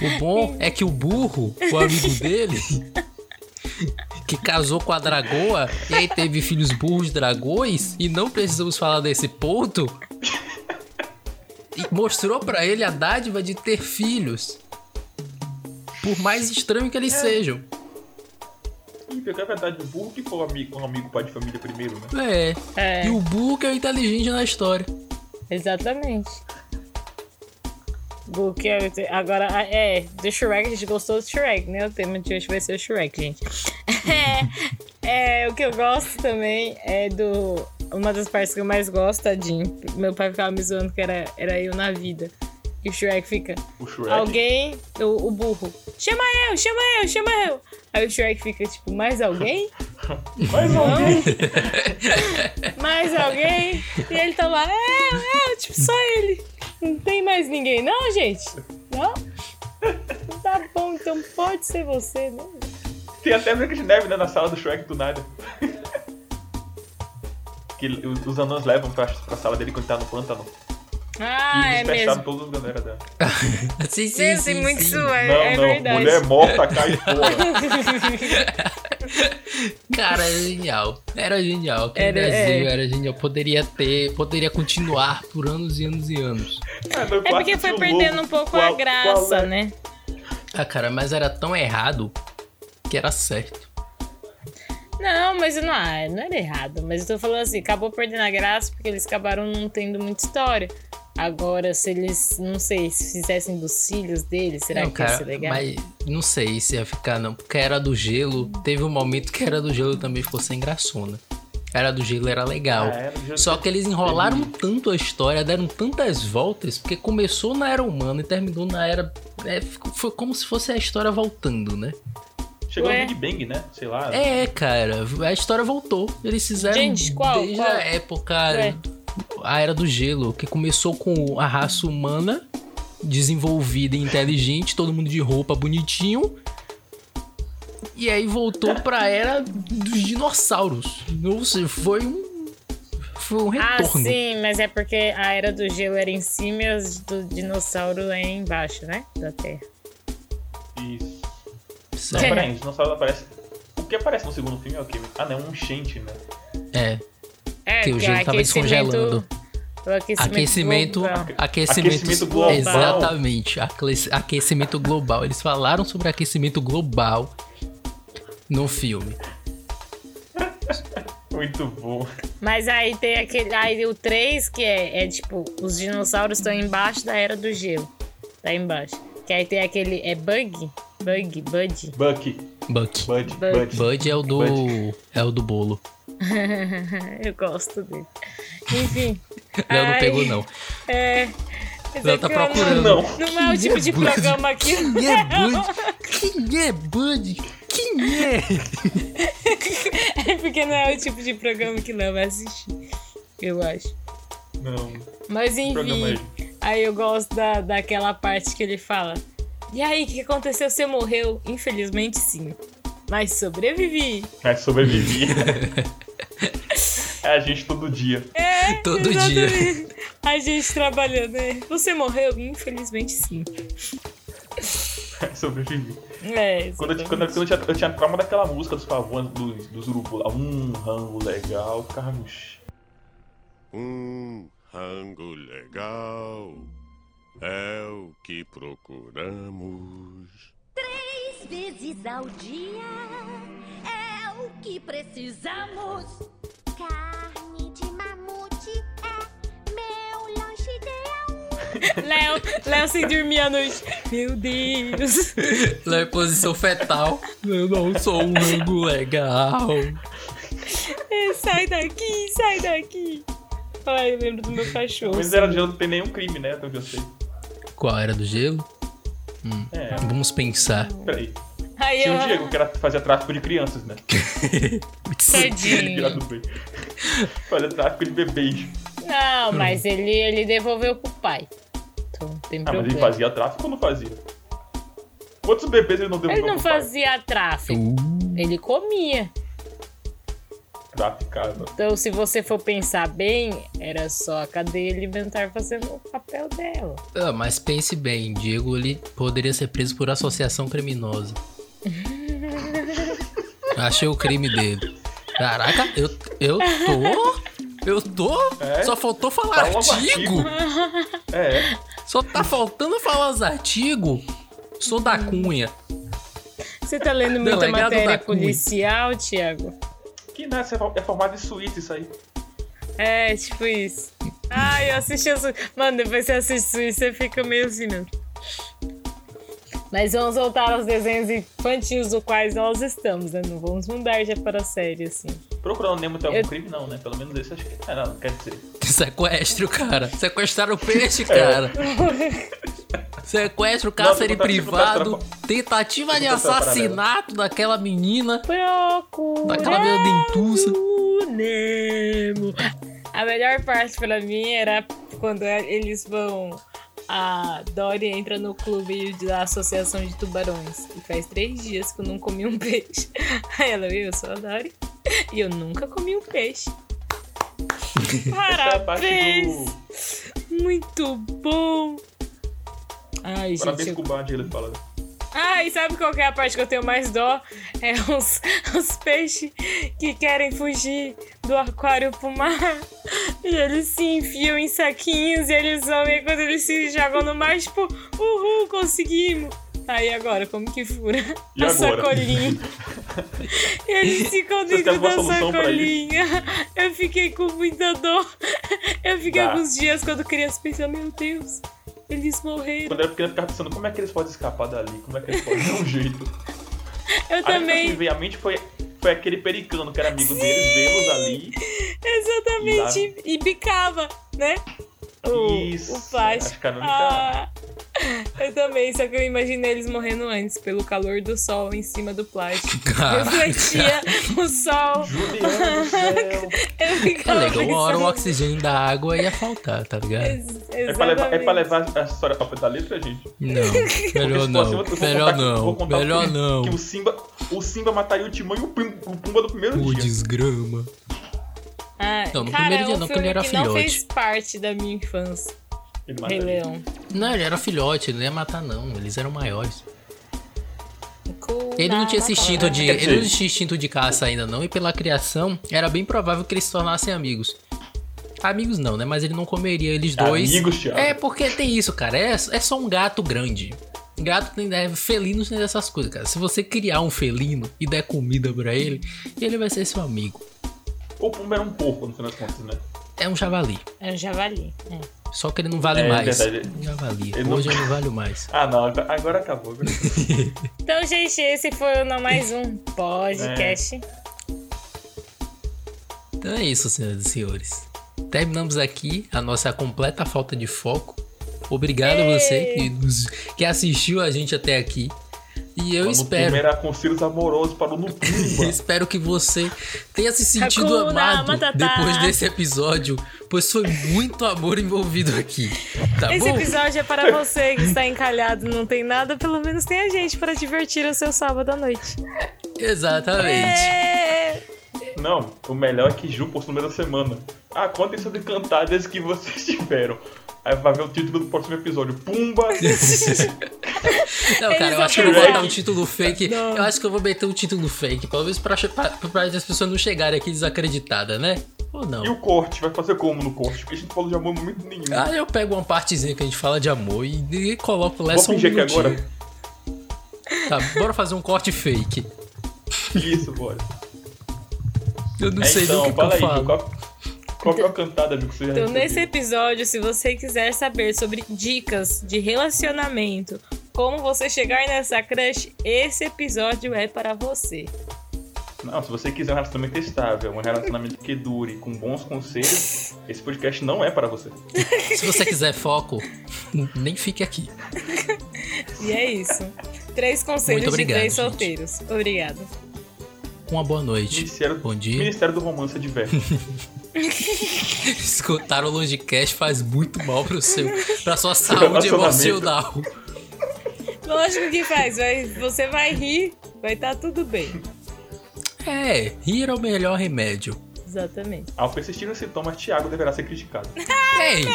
A: O bom é que o burro, o
C: (laughs)
A: amigo dele, que casou com a dragoa e aí teve filhos burros dragões, e não precisamos falar desse ponto, e mostrou pra ele a dádiva de ter filhos. Por mais estranho que eles
B: É.
A: sejam.
B: E pior que é verdade, o burro que foi o amigo, o amigo pai de família primeiro, né?
A: É.
C: É,
A: E o Boo que é o inteligente na
C: (laughs)
A: história.
C: exatamente. Book é- Agora, ah, é, do Shrek, a gente gostou do Shrek, né? O tema de hoje vai ser o Shrek, gente. (laughs) É, é, o que eu gosto também é do. Uma das partes que eu mais gosto, tadinho. Meu pai ficava me zoando que era, era eu na vida. E o Shrek fica.
B: O Shrek.
C: Alguém, o, o burro. Chama eu, chama eu, chama eu. Aí o Shrek fica tipo, mais alguém?
B: (laughs) Mais
C: Não?
B: alguém.
C: (laughs) mais alguém? E ele tá lá, é, é, tipo, só ele. Não tem mais ninguém, não, gente? Não? Tá bom, então pode ser você, né?
B: Tem até Branca de Neve né, na sala do Shrek do nada. (laughs) que ele- os os anões levam pra, pra sala dele quando ele tá no pântano.
C: Ah,
B: e
C: é mesmo.
B: todos os galera dela.
A: Sim, sim,
C: Gente,
A: sim,
C: muito
A: sim.
C: isso é,
B: não,
C: é
B: não,
C: verdade. (laughs)
B: mulher morta cai fora.
A: Cara, era genial. Era genial. Aquele
C: Era,
A: desenho
C: é.
A: era genial. Poderia ter, poderia continuar por anos e anos e anos.
B: É, no
C: (laughs) É
B: quarto
C: porque
B: tinha
C: foi
B: um
C: perdendo
B: lobo.
C: um pouco
B: Qual-
C: a
B: qual
C: graça,
B: é?
C: né?
A: Ah, cara, mas era tão errado que era certo.
C: Não, mas eu não, ah, não era errado. Mas eu tô falando assim, acabou perdendo a graça porque eles acabaram não tendo muita história. Agora, se eles, não sei, se fizessem dos filhos deles, será
A: não,
C: que ia
A: cara,
C: ser legal?
A: mas não sei se ia ficar, não. Porque era do gelo. Teve um momento que era do gelo também ficou sem graçona. Era do gelo, era legal.
B: Ah, era do gelo.
A: Só que eles enrolaram tanto a história, deram tantas voltas, porque começou na era humana e terminou na era. é, ficou- foi como se fosse a história voltando, né?
B: Chegou
C: Ué.
B: no Big Bang, né? Sei lá.
A: É, cara, a história voltou. Eles fizeram
C: Gente, qual?
A: desde
C: Qual? É.
A: a época
C: Ué.
A: a era do gelo, que começou com a raça humana desenvolvida e inteligente, todo mundo de roupa bonitinho. E aí voltou pra era dos dinossauros. Ou seja, foi um foi um
C: Ah,
A: retorno.
C: sim, mas é porque a era do gelo era em cima e as do dinossauro é embaixo, né? Da Terra.
B: Isso. Não,
C: (laughs)
A: Sabe?
B: peraí, os dinossauros aparecem. O que aparece no segundo filme é o quê? Ah, não, um enchente, né?
A: É,
C: É,
A: que o
C: porque
A: gelo tava
C: aquecimento-
A: descongelando.
C: O aquecimento.
A: Aquecimento,
C: global.
A: aquecimento,
B: Aquecimento global.
A: Exatamente, acle- aquecimento global. Eles falaram sobre aquecimento global no filme.
B: Muito bom.
C: Mas aí tem aquele. Aí o 3, que é, é tipo, os dinossauros estão embaixo da era do gelo. Tá embaixo. Que aí tem aquele. É Bug? Bug, Bud. (laughs)
B: Bucky.
A: Buck.
B: Bud,
C: Bud.
B: Bud.
A: Bud é o do é o do bolo.
C: Eu gosto dele. Enfim.
A: Léo não
C: Ai,
A: pegou não.
C: É. Esse
A: Léo tá
C: aqui eu
A: procurando.
B: Ah, Não.
C: Não é o tipo de
A: Bud?
C: programa aqui.
A: Quem é Bud? Quem é Bud? Quem é?
C: (laughs) É porque não é o tipo de programa que não vai assistir. Eu acho.
B: Não.
C: Mas
B: programa
C: enfim.
B: é
C: Aí eu gosto da, daquela parte que ele fala. E aí, o que aconteceu? Você morreu? Infelizmente sim. Mas sobrevivi.
B: Mas sobrevivi. é a gente todo dia. (laughs)
A: Todo dia.
C: Exatamente. A gente trabalhando, né? Você morreu? Infelizmente sim.
B: sobrevivi.
C: É,
B: Quando eu, quando eu, quando eu tinha, eu tinha trauma daquela música dos favores dos, dos urubus lá. Um rango legal, Carlos.
D: Um rango legal é o que procuramos.
E: Três vezes ao dia é o que precisamos. Carne de mamute é meu lanche ideal.
C: Léo, Léo sem dormir à noite. Meu Deus.
A: Léo em posição fetal. Eu não sou um rango legal.
C: É, sai daqui, sai daqui. Ai, eu lembro do meu cachorro.
B: Mas era de não tem nenhum crime, né? Então eu sei.
A: Qual era do gelo?
B: É,
A: Vamos pensar.
B: peraí.
C: Aí
B: Tinha
C: eu...
B: o Diego que era fazer tráfico de crianças, né? (laughs) Ele era
C: Tadinho.
B: do bem. Fazer tráfico de bebês.
C: Não, mas ele, ele devolveu pro pai. Então não tem
B: Ah, mas ele
C: problema.
B: fazia tráfico ou não fazia? Quantos bebês ele não deu
C: Ele não fazia tráfico,
A: Uh.
C: ele comia.
B: Traficava.
C: Então, se você for pensar bem, era só a cadeia alimentar fazendo o papel dela.
A: Ah, mas pense bem, Diego ele poderia ser preso por associação criminosa. Achei o crime dele. Caraca, eu, eu tô. Eu tô.
B: É?
A: Só faltou falar
B: Fala um
A: artigo.
B: É,
A: Só tá faltando falar os artigo. Sou da cunha. (laughs)
C: Você tá lendo muita
A: Delegado
C: matéria
A: da Cunha.
C: policial, Thiago?
B: Que nada, você é fo- é formado em suíte isso aí.
C: É, tipo isso. Ah, eu assisti a Suíça. Mano, depois você assiste Suíça, você fica meio assim mesmo. Mas vamos voltar aos desenhos infantis do quais nós estamos, né? Não vamos mudar já para a série, assim.
B: Procurando Nemo tem algum
C: Eu-
B: crime? Não, né? Pelo menos esse acho que não, não quer dizer.
A: Sequestro, cara. Sequestraram o peixe, cara. Sequestro, cárcere
B: tentativa-
A: privado.
B: tentativa-
A: Tentativa de
B: tentativa
A: assassinato daquela menina.
C: Procura.
A: Daquela menina dentuça.
C: O Nemo. A melhor parte pra mim era quando eles vão. A Dory entra no clube da Associação de Tubarões. E faz três dias que eu não comi um peixe. (laughs) Aí ela, viu, eu sou a Dory. E eu nunca comi um peixe.
B: Essa é a parte
C: Parabéns!
B: do.
C: Muito bom! Ai, gente,
B: Parabéns
C: eu
B: com o Bad, ele fala.
C: ah, e sabe qual que é a parte que eu tenho mais dó? É os, os peixes que querem fugir do aquário pro mar. E eles se enfiam em saquinhos e eles vão. E quando eles se jogam no mar, tipo, uhul, conseguimos! Aí agora, como que fura
B: E
C: a
B: agora? (laughs)
C: sacolinha? E eles ficam
B: Vocês têm
C: dentro da
B: alguma solução pra
C: sacolinha. Eu fiquei com muita dor. Eu fiquei
B: Dá.
C: alguns dias quando criança pensando, meu Deus, eles morreram.
B: Quando era pequeno, eu ficava pensando como é que eles podem escapar dali, como é que eles podem dar um jeito.
C: Eu
B: A única coisa
C: também.
B: que me veio à mente foi, foi aquele pericano que era amigo deles, vê-los ali. E
C: Exatamente, e, bicava, né? O,
B: Isso, é,
C: o plástico.
B: acho que era o
C: Ah, eu também, só que eu imaginei eles morrendo antes, pelo calor do sol em cima do plástico.
A: (laughs) Cara.
C: Refletia o sol,
B: Juliano
C: (laughs)
B: do céu.
A: (laughs)
C: eu
A: É
C: ficava
A: legal, uma hora o
C: pensando...
A: oxigênio da água ia faltar, tá ligado?
C: Ex-
B: É pra, levar, é pra
C: Exatamente.
B: levar a história pra pé da letra, gente?
A: Não,
B: Porque
A: melhor
B: se
A: não,
B: fosse outra, Tipo assim, eu vou
A: melhor
B: contar- vou
A: não,
B: contar
A: melhor
B: que-
A: não.
B: Que o Simba, o Simba mataria o Timão e o Pum- o Pumba do primeiro
A: O
B: um dia.
A: desgrama.
C: Ah,
A: Não, Então, no
C: cara,
A: primeiro
C: é
A: dia
C: um
A: não, quando ele
C: filme
A: era
C: que não
A: filhote.
C: fez parte da minha infância,
B: Ele
C: Rei
B: mataria.
C: Leão.
A: Não, ele era filhote, ele não ia matar não, eles eram maiores. Ele não tinha esse instinto de,
B: Quer dizer-
A: ele não tinha instinto de caça ainda não, e pela criação era bem provável que eles se tornassem amigos. Amigos não, né? Mas ele não comeria eles dois.
B: Amigos, Thiago.
A: É porque tem isso, cara. É, é só um gato grande. Gato tem é, felinos tem dessas coisas, cara. Se você criar um felino e der comida pra ele, ele vai ser seu amigo.
B: O Pumba era um porco, no final das contas, né?
A: É um javali.
C: É um javali. é.
A: Só que ele não vale
B: É,
A: mais.
B: verdade.
A: Um javali.
B: Ele não-
A: Hoje eu não valho mais.
B: Ah, não, agora- agora acabou. agora-
C: Então, gente, esse foi o Não Mais
B: (laughs) É.
C: Um podcast.
A: Então é isso, senhoras e senhores. Terminamos aqui a nossa completa falta de foco. Obrigado a
C: Ei!
A: você que, nos- que assistiu a gente até aqui. E eu
B: Mas
A: (laughs)
B: no
A: espero,
B: Pumba era conselhos amorosos para o
A: (laughs)
B: Lulu Pumba.
A: espero que você tenha se sentido
C: Hakuna
A: amado
C: Matata.
A: depois desse episódio, pois foi muito amor envolvido aqui. Tá
C: Esse
A: bom?
C: episódio
A: (laughs)
C: é para você que está encalhado, não tem nada, pelo menos tem a gente para divertir o seu sábado à noite.
A: Exatamente.
C: É.
B: Não, o melhor é que Ju postou no meio da semana. Ah, contem sobre cantadas que vocês (laughs) tiveram. Aí vai ver o título do próximo episódio. Pumba!
A: Não, cara,
C: É, Eles
A: eu acho que eu vou
B: até-
A: botar um título fake. Eu acho que eu vou meter um título fake. Pelo menos pra, che- pra, pra as pessoas não chegarem aqui desacreditadas, né? Ou não?
B: e o corte? Vai fazer como no corte? Porque a gente não falou de amor em momento nenhum.
A: Ah, eu pego uma partezinha que a gente fala de amor e, e coloco lá
B: Vou
A: só um
B: fingir aqui
A: minutinho.
B: agora.
A: Tá, bora fazer um corte fake.
B: Isso, bora.
A: Eu não
B: É,
A: sei
B: então,
A: nem o que, que eu
B: fala aí, Ju,
A: falo.
B: qual, qual que é a cantada, amigo, que você já
C: Então, nesse
B: recebeu?
C: episódio, se você quiser saber sobre dicas de relacionamento, como você chegar nessa crush, esse episódio é para você.
B: Não, se você quiser um relacionamento estável, um relacionamento que dure, com bons conselhos, esse podcast não é para você.
A: Se você quiser foco, (laughs) nem fique aqui.
C: E é isso. Três conselhos
A: Muito obrigado,
C: de três
A: gente.
C: solteiros. Obrigado.
A: Uma boa noite.
B: Ministério,
A: Bom dia.
B: Ministério do Romance Adverso.
A: (laughs) Escutar o Longcast faz muito mal pro seu, pra sua saúde
B: relacionamento.
A: emocional.
C: Lógico que faz, vai- você vai rir, vai estar tudo bem.
A: É, rir é o melhor remédio.
C: Exatamente.
B: Ao persistir nos sintomas, Thiago deverá ser criticado.
A: Ei,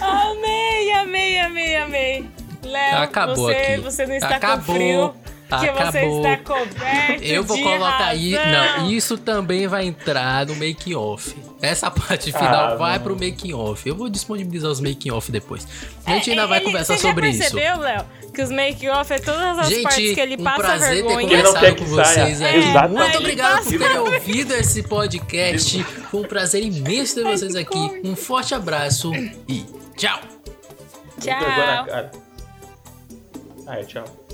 C: Amei, amei, amei, amei. Léo,
A: acabou
C: você,
A: aqui.
C: você não está
A: Tá, acabou. Tá,
C: com frio. que você
A: Acabou.
C: está coberto.
A: Eu vou
C: de
A: colocar aí. Não,
C: razão.
A: isso também vai entrar no making off. Essa parte final
B: Ah,
A: vai
B: não.
A: pro making off. Eu vou disponibilizar os making off depois. A gente
C: É,
A: ainda vai
C: ele-
A: conversar
C: você já
A: sobre isso.
C: percebeu, Léo? Que os make-off é todas as
A: Gente,
C: partes que ele
A: um
C: passa
A: prazer
C: vergonha.
A: ter
B: Ele não
A: conversado
B: quer que
A: com
B: saia.
A: vocês aqui.
B: Exatamente.
A: Muito
C: Ele
A: obrigado por
C: passa-
A: terem ouvido esse podcast. Foi um prazer imenso ter vocês aqui. Um forte abraço e tchau!
B: Entregou na
C: Tchau.
B: cara. Ah, é, tchau.